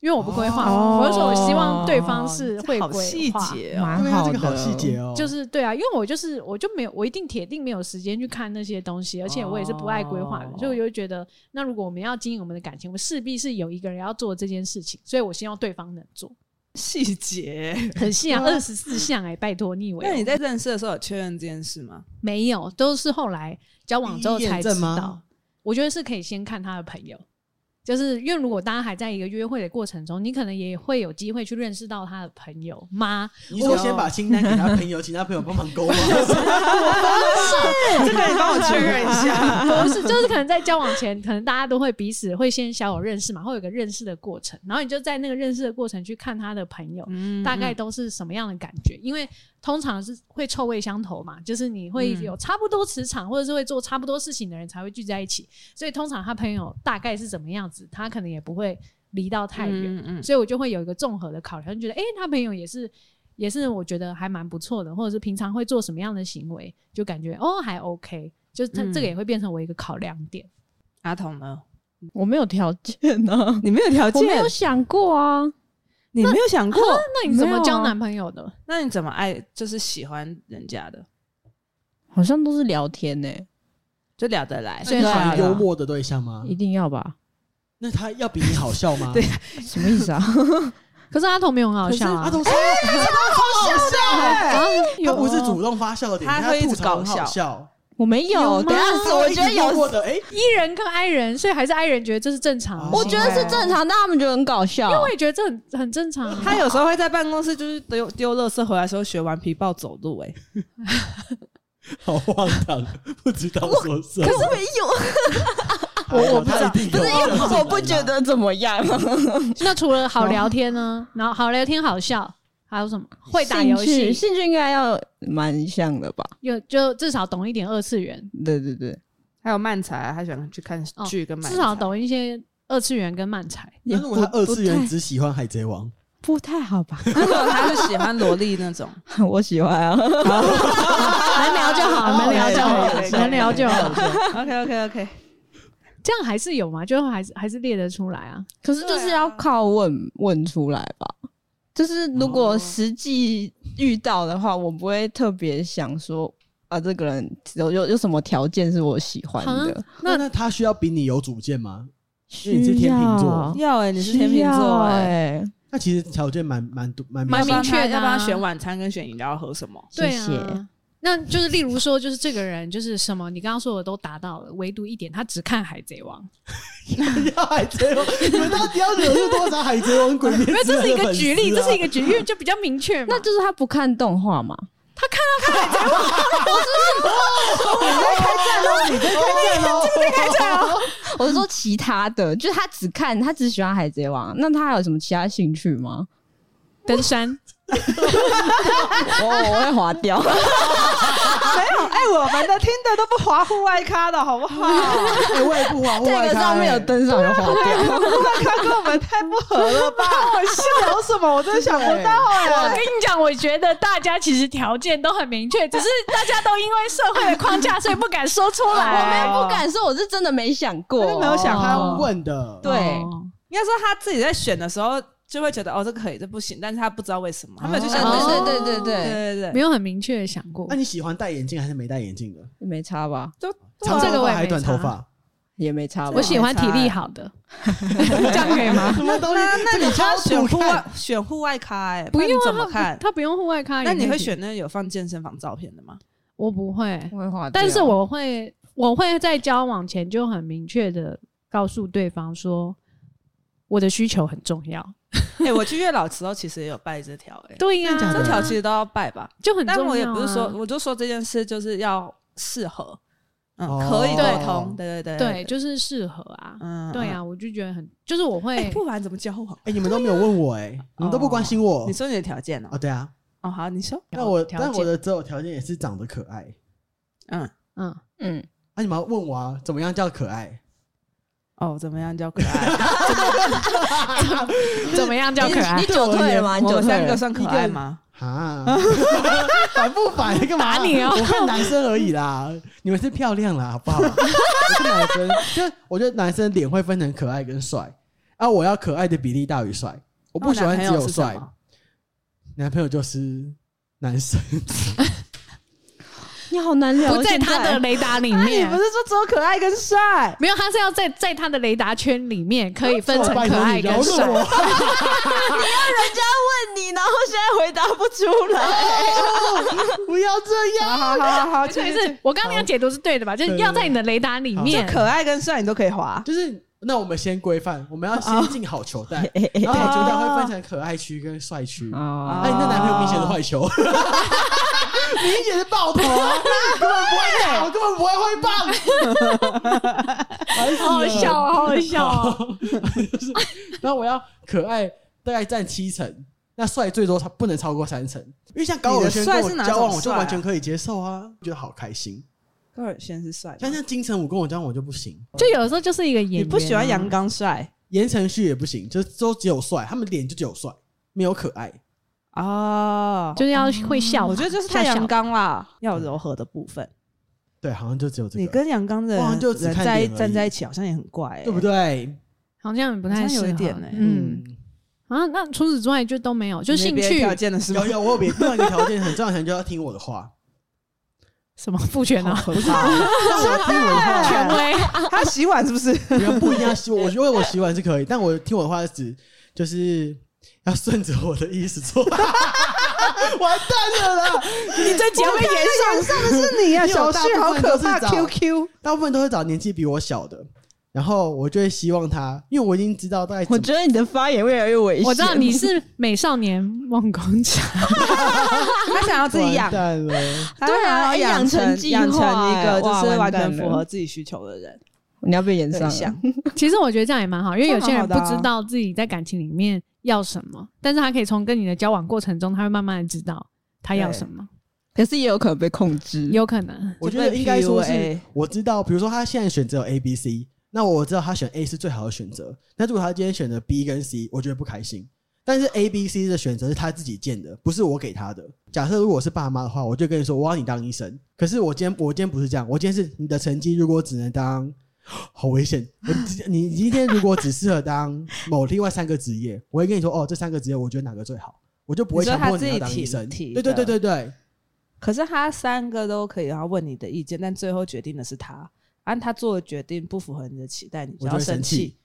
[SPEAKER 2] 因为我不规划，
[SPEAKER 4] 哦
[SPEAKER 2] 我就说我希望对方是会
[SPEAKER 1] 哦好
[SPEAKER 2] 规
[SPEAKER 1] 细
[SPEAKER 2] 划。
[SPEAKER 1] 节哦。
[SPEAKER 4] 蛮
[SPEAKER 3] 对啊
[SPEAKER 4] 好
[SPEAKER 3] 这个
[SPEAKER 4] 的，
[SPEAKER 3] 好细节哦，
[SPEAKER 2] 就是对啊，因为我就是我就没有，我一定铁定没有时间去看那些东西，而且我也是不爱规划的，
[SPEAKER 1] 哦
[SPEAKER 2] 所以我就会觉得，那如果我们要经营我们的感情，我们势必是有一个人要做这件事情，所以我希望对方能做，
[SPEAKER 1] 细节。
[SPEAKER 2] 很细啊，二十四项哎，拜托你以为
[SPEAKER 1] 那
[SPEAKER 2] 哦
[SPEAKER 1] 你在认识的时候有确认这件事吗？
[SPEAKER 2] 没有，都是后来交往之后
[SPEAKER 3] 第一
[SPEAKER 2] 才
[SPEAKER 3] 眼
[SPEAKER 2] 知
[SPEAKER 3] 症
[SPEAKER 2] 道
[SPEAKER 3] 吗。
[SPEAKER 2] 我觉得是可以先看他的朋友，就是因为如果大家还在一个约会的过程中，你可能也会有机会去认识到他的朋友妈，
[SPEAKER 3] 你说先把清单给他朋友，请他朋友帮忙勾吗？ 啊
[SPEAKER 1] 这个你帮我确认一下。
[SPEAKER 2] 不是，就是可能在交往前，可能大家都会彼此会先小有认识嘛，会有个认识的过程，然后你就在那个认识的过程去看他的朋友。
[SPEAKER 1] 嗯
[SPEAKER 2] 大概都是什么样的感觉？因为通常是会臭味相投嘛，就是你会
[SPEAKER 1] 嗯
[SPEAKER 2] 有差不多磁场，或者是会做差不多事情的人才会聚在一起。所以通常他朋友大概是怎么样子，他可能也不会离到太远。
[SPEAKER 1] 嗯嗯
[SPEAKER 2] 所以我就会有一个综合的考量，就觉得诶，他朋友也是也是我觉得还蛮不错的，或者是平常会做什么样的行为，就感觉哦还 OK，就是他
[SPEAKER 1] 嗯
[SPEAKER 2] 这个也会变成我一个考量点。
[SPEAKER 1] 阿童呢？
[SPEAKER 4] 我没有条件呢，
[SPEAKER 1] 你没有条
[SPEAKER 4] 我
[SPEAKER 1] 件，
[SPEAKER 4] 没有想过啊。
[SPEAKER 1] 你没有想过，
[SPEAKER 2] 那你怎
[SPEAKER 4] 没
[SPEAKER 2] 么
[SPEAKER 4] 有啊
[SPEAKER 2] 交男朋友的？
[SPEAKER 1] 那你怎么爱？就是喜欢人家的，
[SPEAKER 4] 好像都是聊天呢、
[SPEAKER 1] 就聊得来。
[SPEAKER 2] 所以
[SPEAKER 4] 好
[SPEAKER 3] 很幽默的对象吗
[SPEAKER 4] 一？定要吧？
[SPEAKER 3] 那他要比你好笑吗？
[SPEAKER 1] 对
[SPEAKER 4] 什么意思啊？
[SPEAKER 2] 可是阿童没有很好
[SPEAKER 3] 可 是
[SPEAKER 2] 笑啊
[SPEAKER 3] 阿，童说
[SPEAKER 2] 啊
[SPEAKER 3] 他不是
[SPEAKER 2] 有啊
[SPEAKER 3] 主动发笑的点，
[SPEAKER 1] 他会一
[SPEAKER 3] 吐
[SPEAKER 1] 直
[SPEAKER 3] 槽
[SPEAKER 1] 搞
[SPEAKER 3] 很
[SPEAKER 1] 笑
[SPEAKER 3] 好笑。
[SPEAKER 4] 我没有，
[SPEAKER 2] 有吗
[SPEAKER 4] 等一下是我觉得有，
[SPEAKER 3] 过的，哎，
[SPEAKER 2] 一人跟 I 人，所以还是 I 人觉得这是正常的行为。
[SPEAKER 3] 哦
[SPEAKER 4] 我觉得是正常，但他们觉得很搞笑。
[SPEAKER 2] 我也觉得这很很正常啊。
[SPEAKER 1] 他有时候会在办公室就是丢丢垃圾回来的时候学顽皮豹走路、欸，
[SPEAKER 3] 好荒唐，不知道说什么。
[SPEAKER 4] 可是没有，
[SPEAKER 3] 我我不知道，不是因
[SPEAKER 4] 我不觉
[SPEAKER 3] 啊
[SPEAKER 4] 得怎么样。
[SPEAKER 2] 那除了好聊天呢？然后好聊天、好笑，还有什么？会打游
[SPEAKER 4] 兴趣
[SPEAKER 2] 戏，
[SPEAKER 4] 兴趣应该要蛮像的吧？
[SPEAKER 2] 有就至少懂一点二次元，
[SPEAKER 4] 对对对，
[SPEAKER 1] 还有漫才、啊，他喜欢去看
[SPEAKER 2] 哦
[SPEAKER 1] 剧跟漫才、
[SPEAKER 2] 至少懂一些二次元跟漫才。
[SPEAKER 4] 也
[SPEAKER 3] 那如果他
[SPEAKER 4] 不
[SPEAKER 3] 二次元
[SPEAKER 4] 不太
[SPEAKER 3] 只喜欢海贼王，
[SPEAKER 4] 不太好吧？
[SPEAKER 1] 如果他是喜欢萝莉那 种，
[SPEAKER 4] 我喜欢啊，
[SPEAKER 2] 能聊就
[SPEAKER 4] 哦
[SPEAKER 2] 好，能聊就
[SPEAKER 1] 可以可以可
[SPEAKER 2] 好，
[SPEAKER 1] 以
[SPEAKER 2] 能聊就
[SPEAKER 3] 啊
[SPEAKER 2] 好。
[SPEAKER 1] OK OK OK，
[SPEAKER 2] 这样还是有嘛？就还是还是列得出来啊。
[SPEAKER 4] 可是就是要靠问问出来吧。就是如
[SPEAKER 3] 哦
[SPEAKER 4] 果实际遇到的话，我不会特别想说啊，这个人有有有什么条件是我喜欢的
[SPEAKER 2] 哈。
[SPEAKER 3] 那
[SPEAKER 2] 那
[SPEAKER 3] 那他需要比你有主见吗？
[SPEAKER 4] 需
[SPEAKER 3] 因为你是天秤座，
[SPEAKER 1] 要哎、你是天秤座哎、
[SPEAKER 4] 哎、
[SPEAKER 3] 那其实条件蛮蛮多蛮
[SPEAKER 2] 蛮
[SPEAKER 1] 要
[SPEAKER 3] 明
[SPEAKER 1] 不然
[SPEAKER 2] 明
[SPEAKER 1] 他
[SPEAKER 2] 确的啊
[SPEAKER 1] 要帮他选晚餐跟选饮料要喝什么？
[SPEAKER 4] 谢
[SPEAKER 2] 对
[SPEAKER 4] 谢
[SPEAKER 2] 啊。那就是，例如说，就是这个人，就是什么，你刚刚说的都达到了，唯独一点，他只看《海贼 王》，
[SPEAKER 3] 显要海贼王，你们到底要惹怒多少海贼王鬼灭之
[SPEAKER 2] 因为这是
[SPEAKER 3] 刃的粉
[SPEAKER 2] 一
[SPEAKER 3] 丝啊？
[SPEAKER 2] 个举例，这是一个举例，因为就比较明确嘛。
[SPEAKER 4] 那就是他不看动画嘛？
[SPEAKER 3] 哦
[SPEAKER 4] 我是说其他的， 就是他只看他只喜欢海贼王，那他还有什么其他兴趣吗？
[SPEAKER 2] 登山，哦
[SPEAKER 4] 我我会划 掉，
[SPEAKER 1] 没有哎、我们的听的都不划户外咖的好不 好？
[SPEAKER 3] 哎，我哎也不玩，
[SPEAKER 4] 这个上面有登上就划 掉。
[SPEAKER 1] 户外咖跟我们太不合了吧？我笑什么？我真想不到哎、
[SPEAKER 2] 我跟你讲，我觉得大家其实条件都很明确，只是大家都因为社会的框架，所以不敢说出
[SPEAKER 4] 我没
[SPEAKER 2] 来。
[SPEAKER 4] 有不敢说，我是真的没想
[SPEAKER 1] 真
[SPEAKER 4] 过，
[SPEAKER 1] 的没有想
[SPEAKER 3] 他
[SPEAKER 2] 哦
[SPEAKER 3] 问的，
[SPEAKER 4] 对
[SPEAKER 2] 哦
[SPEAKER 1] 应该说他自己在选的时候就会觉得哦，这可以，这不行，但是他不知道为什么，他没有去
[SPEAKER 4] 嗯
[SPEAKER 1] 想过
[SPEAKER 2] 哦
[SPEAKER 1] 是。
[SPEAKER 4] 对对对
[SPEAKER 1] 对
[SPEAKER 4] 对
[SPEAKER 1] 对对，
[SPEAKER 2] 没有很明确的想过
[SPEAKER 3] 那。你喜欢戴眼镜还是没戴眼镜的？
[SPEAKER 4] 对，没差吧？
[SPEAKER 1] 就
[SPEAKER 3] 长
[SPEAKER 2] 啊这
[SPEAKER 3] 头
[SPEAKER 2] 个我
[SPEAKER 3] 发
[SPEAKER 2] 也
[SPEAKER 3] 还是
[SPEAKER 2] 没
[SPEAKER 3] 短头
[SPEAKER 2] 差
[SPEAKER 3] 发？
[SPEAKER 4] 也没差吧？
[SPEAKER 2] 我喜欢体力好的， 这样可以吗？
[SPEAKER 3] 什么东西？
[SPEAKER 1] 那那你就要选
[SPEAKER 3] 这个超
[SPEAKER 1] 户
[SPEAKER 3] 啊土
[SPEAKER 1] 外
[SPEAKER 3] 看
[SPEAKER 1] 选户外咖哎、
[SPEAKER 2] 不
[SPEAKER 1] 然
[SPEAKER 2] 用
[SPEAKER 1] 你
[SPEAKER 2] 啊，
[SPEAKER 1] 怎么看
[SPEAKER 2] 他？他不用户外咖。
[SPEAKER 1] 那你
[SPEAKER 2] 也可
[SPEAKER 1] 会
[SPEAKER 2] 以体
[SPEAKER 1] 选那有放健身房照片的 吗？
[SPEAKER 2] 我不会，
[SPEAKER 4] 我会划掉，
[SPEAKER 2] 但是我会，我会在交往前就很明确的告诉对方说，我的需求很重要。
[SPEAKER 1] 哎、我去月老时候其实也有拜这条哎、
[SPEAKER 2] 对呀、
[SPEAKER 3] 真的假的
[SPEAKER 1] 这条其实都要拜吧，
[SPEAKER 2] 就很重要、啊
[SPEAKER 1] 但我也不是说，，我就说这件事就是要适合，嗯，
[SPEAKER 3] 哦
[SPEAKER 1] 可以沟
[SPEAKER 2] 对
[SPEAKER 1] 通，对对对
[SPEAKER 2] 对，就是适合啊。
[SPEAKER 1] 嗯
[SPEAKER 2] 对啊，，我就觉得很，就是我会，
[SPEAKER 1] 哎、不然怎么交往？
[SPEAKER 3] 哎，你们都没有问我哎，你们
[SPEAKER 2] 哦
[SPEAKER 3] 都不关心我
[SPEAKER 1] 你。说你的条件哦、
[SPEAKER 3] 啊，对啊，
[SPEAKER 1] 哦，好，你说，
[SPEAKER 3] 那我
[SPEAKER 2] 条
[SPEAKER 3] 但我
[SPEAKER 2] 件
[SPEAKER 3] 的择偶条件也是长得可爱。
[SPEAKER 1] 嗯，
[SPEAKER 2] 嗯，
[SPEAKER 4] 嗯，
[SPEAKER 3] 啊，你们要问我啊，怎么样叫可爱？
[SPEAKER 1] 哦，怎么样叫可爱？
[SPEAKER 2] 怎么样叫可爱
[SPEAKER 4] 你？酒退了吗？你
[SPEAKER 1] 我
[SPEAKER 4] 酒
[SPEAKER 1] 们
[SPEAKER 4] 退
[SPEAKER 1] 三个
[SPEAKER 4] 了？
[SPEAKER 1] 算可爱吗？
[SPEAKER 3] 啊，烦不 烦？干嘛
[SPEAKER 2] 打你哦
[SPEAKER 3] 我看男生而已啦，你们是漂亮啦，好不好？我是男生，就我觉得男生脸会分成可爱跟帅啊，我要可爱的比例大于帅，
[SPEAKER 1] 我
[SPEAKER 3] 我不喜欢只
[SPEAKER 1] 男朋友
[SPEAKER 3] 有
[SPEAKER 1] 是什
[SPEAKER 3] 帅。
[SPEAKER 2] 哦
[SPEAKER 1] 么？
[SPEAKER 3] 男朋友就是男 生，
[SPEAKER 4] 你好难聊，
[SPEAKER 2] 不在他 的雷达里
[SPEAKER 1] 那啊哎你
[SPEAKER 2] 面
[SPEAKER 1] 不。是说只有可爱跟帅？
[SPEAKER 2] 没有，他是要在在他的雷达圈 里面可以分成
[SPEAKER 3] 拜
[SPEAKER 2] 可
[SPEAKER 3] 托
[SPEAKER 2] 爱
[SPEAKER 3] 你
[SPEAKER 2] 跟
[SPEAKER 3] 饶了
[SPEAKER 2] 帅。
[SPEAKER 3] 我。
[SPEAKER 4] 人家问你，然后现在回答不出 来。
[SPEAKER 3] 不要这样。
[SPEAKER 1] 好好好好 好，
[SPEAKER 2] 所
[SPEAKER 1] 就
[SPEAKER 2] 以
[SPEAKER 1] 是
[SPEAKER 2] 哎是我刚刚那样解读是对的吧？就是要在你的雷达里面，
[SPEAKER 1] 可爱跟帅你都可以滑。
[SPEAKER 3] 就是那我们先规范，我们要先进好球 袋，然后好球袋会分成可爱区跟帅区。
[SPEAKER 4] 哦，
[SPEAKER 2] 啊
[SPEAKER 3] 哎，你那男朋友明显是坏球， 明显是爆头 啊，根本不会打，根本不会挥棒，烦死了
[SPEAKER 2] 好好笑。哦， 好好笑
[SPEAKER 3] 啊
[SPEAKER 2] 哦。
[SPEAKER 3] 就是然后我要可爱，大概占七成，那帅最多他不能超过三成，因为像高尔轩跟我
[SPEAKER 1] 你的帅是哪种
[SPEAKER 3] 交往，我就
[SPEAKER 1] 帅啊
[SPEAKER 3] 完全可以接受啊，觉得好开心。
[SPEAKER 1] 高尔轩是帅的，
[SPEAKER 3] 像像金城武跟我交往我就不行，
[SPEAKER 2] 就有的时候就是一个演员
[SPEAKER 1] 你
[SPEAKER 2] 啊，
[SPEAKER 1] 不喜欢阳刚帅
[SPEAKER 3] 言承旭也不行，就是都只有帅，他们脸就只有帅，没有可爱。
[SPEAKER 1] 哦？
[SPEAKER 2] 就是要会笑嘛。
[SPEAKER 1] 我觉得就是
[SPEAKER 2] 笑
[SPEAKER 1] 太
[SPEAKER 2] 笑
[SPEAKER 1] 阳刚啦，要有柔和的部分。
[SPEAKER 3] 对，好像就只有这
[SPEAKER 1] 你
[SPEAKER 3] 个，
[SPEAKER 1] 跟阳刚的
[SPEAKER 3] 哇
[SPEAKER 1] 人
[SPEAKER 3] 就只看
[SPEAKER 1] 在
[SPEAKER 3] 脸而已
[SPEAKER 1] 站在一起，好像也很怪、欸，
[SPEAKER 3] 对不？对？
[SPEAKER 2] 好像不太
[SPEAKER 1] 好像有
[SPEAKER 2] 适
[SPEAKER 1] 一
[SPEAKER 2] 合
[SPEAKER 1] 点欸
[SPEAKER 2] 嗯，，啊，那除此之外就都没有，就
[SPEAKER 1] 你没
[SPEAKER 2] 兴
[SPEAKER 1] 别的
[SPEAKER 2] 趣
[SPEAKER 1] 条件的是 吗
[SPEAKER 3] 有？有，我有别另外一个条件很重要，可能就要听我的话，
[SPEAKER 2] 什么父权啊，
[SPEAKER 3] 不是让我听我的话，
[SPEAKER 2] 权威，
[SPEAKER 1] 他洗碗是不是？
[SPEAKER 3] 不要不一定要洗，我觉得我洗碗是可以，但我听我的话是指就是要顺着我的意思做。完蛋了啦！
[SPEAKER 1] 你这节目
[SPEAKER 4] 演上的是你啊，
[SPEAKER 3] 因为我
[SPEAKER 4] 小
[SPEAKER 3] 大
[SPEAKER 4] 旭
[SPEAKER 3] 部
[SPEAKER 4] 好
[SPEAKER 3] 分都
[SPEAKER 4] 可
[SPEAKER 3] 是
[SPEAKER 4] 怕
[SPEAKER 1] 啊
[SPEAKER 3] 找
[SPEAKER 4] ，QQ。
[SPEAKER 3] 大部分都会找年纪比我小的，然后我就会希望他，因为我已经知道大概怎
[SPEAKER 4] 我
[SPEAKER 3] 么
[SPEAKER 4] 觉得你的发言越来越危险。
[SPEAKER 2] 我知道你 是美少年梦工厂，
[SPEAKER 1] 他想要自己养
[SPEAKER 3] 完，蛋了。
[SPEAKER 1] 他想要
[SPEAKER 4] 对啊
[SPEAKER 1] 养
[SPEAKER 4] 养成
[SPEAKER 1] 成
[SPEAKER 4] 计
[SPEAKER 1] 养成
[SPEAKER 4] 划
[SPEAKER 1] 一
[SPEAKER 4] 哎
[SPEAKER 1] 个
[SPEAKER 4] 哇
[SPEAKER 1] 就是完
[SPEAKER 4] 完蛋
[SPEAKER 1] 全符
[SPEAKER 4] 了
[SPEAKER 1] 合自己需求的人
[SPEAKER 4] 你要被演上
[SPEAKER 1] 对
[SPEAKER 4] 了
[SPEAKER 1] 象。
[SPEAKER 2] 其实我觉得这样也蛮好，因为有些人不
[SPEAKER 1] 这样好的
[SPEAKER 2] 知
[SPEAKER 1] 啊
[SPEAKER 2] 道自己在感情里面要什么，但是他可以从跟你的交往过程中，他会慢慢的知道他要什么，
[SPEAKER 4] 可是也有可能被控制。
[SPEAKER 2] 有可能。
[SPEAKER 3] 我觉得应该说
[SPEAKER 1] 就
[SPEAKER 3] 是
[SPEAKER 1] 被 PUA，
[SPEAKER 3] 我知道，比如说他现在选择有 A、B、C，那我知道他选 A 是最好的选择。那如果他今天选择 B 跟 C，我觉得不开心。但是 A、B、C 的选择是他自己建的，不是我给他的。假设如果我是爸妈的话，我就跟你说我要你当医生。可是我今天我今天不是这样，我今天是你的成绩如果只能当，好危险。我你你今天如果只适合当某另外三个职业，我会跟你说哦，这三个职业我觉得哪个最好，我就不会
[SPEAKER 1] 你说
[SPEAKER 3] 强
[SPEAKER 1] 他
[SPEAKER 3] 迫
[SPEAKER 1] 自
[SPEAKER 3] 你要
[SPEAKER 1] 己
[SPEAKER 3] 当医
[SPEAKER 1] 提
[SPEAKER 3] 生。
[SPEAKER 1] 提
[SPEAKER 3] 对对对
[SPEAKER 1] 的
[SPEAKER 3] 对对。
[SPEAKER 1] 可是他三个都可以，然后问你的意见，但最后决定的是他。按他做的决定不符合你的期待，你
[SPEAKER 3] 我就
[SPEAKER 1] 要
[SPEAKER 3] 会
[SPEAKER 1] 生
[SPEAKER 3] 生
[SPEAKER 1] 气
[SPEAKER 3] 气，，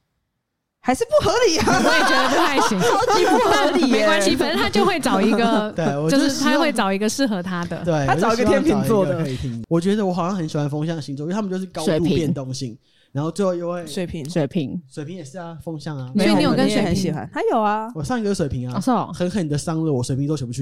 [SPEAKER 1] 还是不合理啊！
[SPEAKER 2] 我也觉得不太行，
[SPEAKER 4] 超级不合理耶
[SPEAKER 2] 没关系，反正他就会找一个
[SPEAKER 3] 对我
[SPEAKER 2] 就
[SPEAKER 3] 就是希
[SPEAKER 2] 他
[SPEAKER 3] 望
[SPEAKER 2] 会找一个适合他的。
[SPEAKER 3] 对，
[SPEAKER 1] 他
[SPEAKER 3] 我就
[SPEAKER 1] 找一个
[SPEAKER 3] 希望
[SPEAKER 1] 天秤座的
[SPEAKER 3] 找一个可以听。我觉得我好像很喜欢风象星座，因为他们就是高
[SPEAKER 4] 水
[SPEAKER 3] 度
[SPEAKER 4] 瓶
[SPEAKER 3] 变动性，然后最后又会
[SPEAKER 1] 水平，
[SPEAKER 4] 水瓶，
[SPEAKER 3] 水瓶也是啊，风象啊。
[SPEAKER 2] 所以你有
[SPEAKER 4] 没有
[SPEAKER 2] 跟
[SPEAKER 1] 你也
[SPEAKER 2] 水
[SPEAKER 1] 很
[SPEAKER 2] 瓶
[SPEAKER 1] 喜欢，他有啊，
[SPEAKER 3] 我上一个水瓶
[SPEAKER 4] 哦
[SPEAKER 3] 啊，
[SPEAKER 4] 是哦，
[SPEAKER 3] 狠狠的伤了我水瓶座全部去。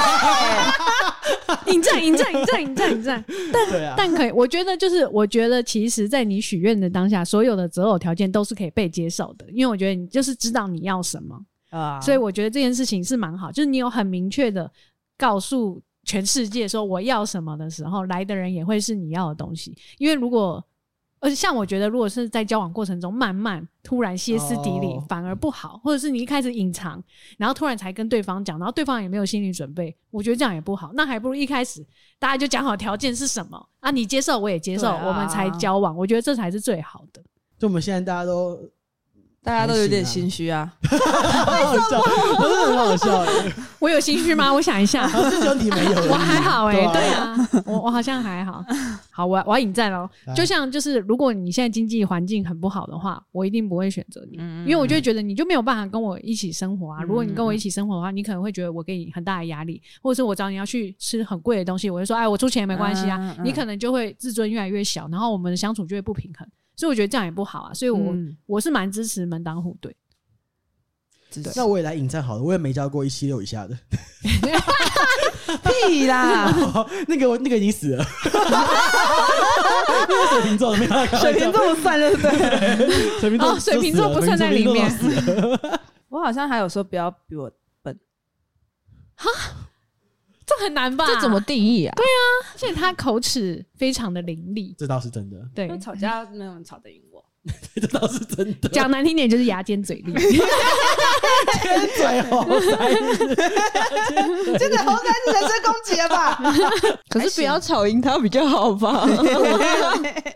[SPEAKER 2] 引战，引战，引战，引战，引战。
[SPEAKER 3] 对啊，
[SPEAKER 2] 但可以，我觉得就是，我觉得其实，在你许愿的当下，所有的择偶条件都是可以被接受的，因为我觉得你就是知道你要什么，
[SPEAKER 1] 啊，
[SPEAKER 2] 所以我觉得这件事情是蛮好，就是你有很明确的告诉全世界说我要什么的时候，来的人也会是你要的东西，因为如果。而且，像我觉得，如果是在交往过程中慢慢突然歇斯底里
[SPEAKER 3] 哦，
[SPEAKER 2] 反而不好；或者是你一开始隐藏，然后突然才跟对方讲，然后对方也没有心理准备，我觉得这样也不好。那还不如一开始大家就讲好条件是什么啊，你接受我也接受，
[SPEAKER 1] 对啊
[SPEAKER 2] 我们才交往。我觉得这才是最好的。
[SPEAKER 3] 就我们现在大家都
[SPEAKER 1] 大家都有点
[SPEAKER 3] 还行
[SPEAKER 1] 心虚啊。
[SPEAKER 3] 很好笑，不是很好笑的，
[SPEAKER 2] 我有心虚吗？我想一下，
[SPEAKER 3] 这只有你 没有而已。
[SPEAKER 2] 我还好哎、
[SPEAKER 3] 啊
[SPEAKER 2] 对啊， 我我好像还好。好，我我要引战喽
[SPEAKER 3] 来。
[SPEAKER 2] 啊就像就是，如果你现在经济环境很不好的话，我一定不会选择你，
[SPEAKER 1] 嗯
[SPEAKER 2] 因为我就会觉得你就没有办法跟我一起生活啊。
[SPEAKER 1] 嗯
[SPEAKER 2] 如果你跟我一起生活的话，你可能会觉得我给你很大的压力，或者是我找你要去吃很贵的东西，我就说哎，我出钱没关系啊。
[SPEAKER 1] 嗯嗯
[SPEAKER 2] 你可能就会自尊越来越小，然后我们的相处就会不平衡。所以我觉得这样也不好啊。所以我、
[SPEAKER 1] 嗯
[SPEAKER 2] 我是蛮支持门当户对。
[SPEAKER 1] 只是
[SPEAKER 3] 那我也来引战好了，我也没交过一七六以下的，
[SPEAKER 1] 屁啦，
[SPEAKER 3] 那个我那个已经死了，那个 水瓶座的没有开玩笑，
[SPEAKER 4] 水瓶座不算对不对？
[SPEAKER 3] 水瓶座
[SPEAKER 2] 哦水瓶座
[SPEAKER 3] 就死了
[SPEAKER 2] 不算在里面
[SPEAKER 3] 水瓶座死了
[SPEAKER 1] 我好像还有说不要比我
[SPEAKER 2] 这很难吧？
[SPEAKER 4] 这怎么？定义啊？
[SPEAKER 2] 而且他口齿非常的伶俐，
[SPEAKER 3] 这倒是真的，
[SPEAKER 2] 对
[SPEAKER 1] 因为，吵架没有人吵得赢我，
[SPEAKER 3] 这倒是真的。
[SPEAKER 2] 讲难听点就是牙尖嘴利。
[SPEAKER 3] 尖嘴猴腮，
[SPEAKER 1] 这个猴该是人身攻击了吧？
[SPEAKER 4] 可是不要吵赢他比较好吧？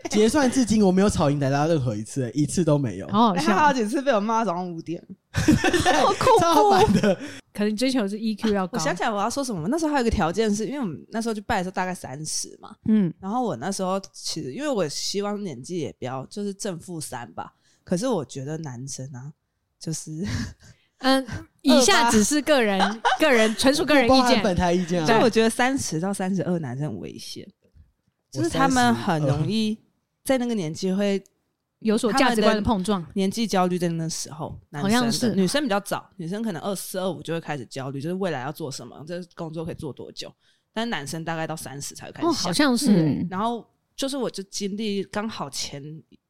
[SPEAKER 3] 结算至今我没有吵赢大家任何一次、一次都没有，
[SPEAKER 2] 好好
[SPEAKER 1] 他好
[SPEAKER 2] 笑。
[SPEAKER 1] 几次被我骂，早上五点。
[SPEAKER 4] 好
[SPEAKER 3] 超
[SPEAKER 4] 恐怖！
[SPEAKER 3] 烦的。
[SPEAKER 2] 可能追求的是 EQ 要
[SPEAKER 1] 我
[SPEAKER 2] 高。
[SPEAKER 1] 想起来我要说什么，那时候还有一个条件是，因为我们那时候去拜的时候大概三十嘛，
[SPEAKER 2] 嗯，
[SPEAKER 1] 然后我那时候其实因为我希望年纪也不要就是正负三吧，可是我觉得男生啊，就是
[SPEAKER 2] 嗯，以下只是个人个人纯属个人
[SPEAKER 3] 包
[SPEAKER 2] 意
[SPEAKER 3] 含
[SPEAKER 2] 见。
[SPEAKER 3] 本台意见
[SPEAKER 1] 就
[SPEAKER 3] 啊，
[SPEAKER 1] 我觉得三十到三十二男生很危险，
[SPEAKER 3] 我
[SPEAKER 1] 就是他们
[SPEAKER 3] 32
[SPEAKER 1] 很容易在那个年纪会
[SPEAKER 2] 有所价值观的碰撞，
[SPEAKER 1] 年纪焦虑在那时候，男
[SPEAKER 2] 好
[SPEAKER 1] 生
[SPEAKER 2] 像
[SPEAKER 1] 的
[SPEAKER 2] 是
[SPEAKER 1] 女生比较早，女生可能二四二五就会开始焦虑，就是未来要做什么，这工作可以做多久。但男生大概到三十才会开
[SPEAKER 2] 哦，
[SPEAKER 1] 始
[SPEAKER 2] 好
[SPEAKER 1] 想。
[SPEAKER 2] 像是、
[SPEAKER 4] 嗯，
[SPEAKER 1] 然后就是我就经历刚好前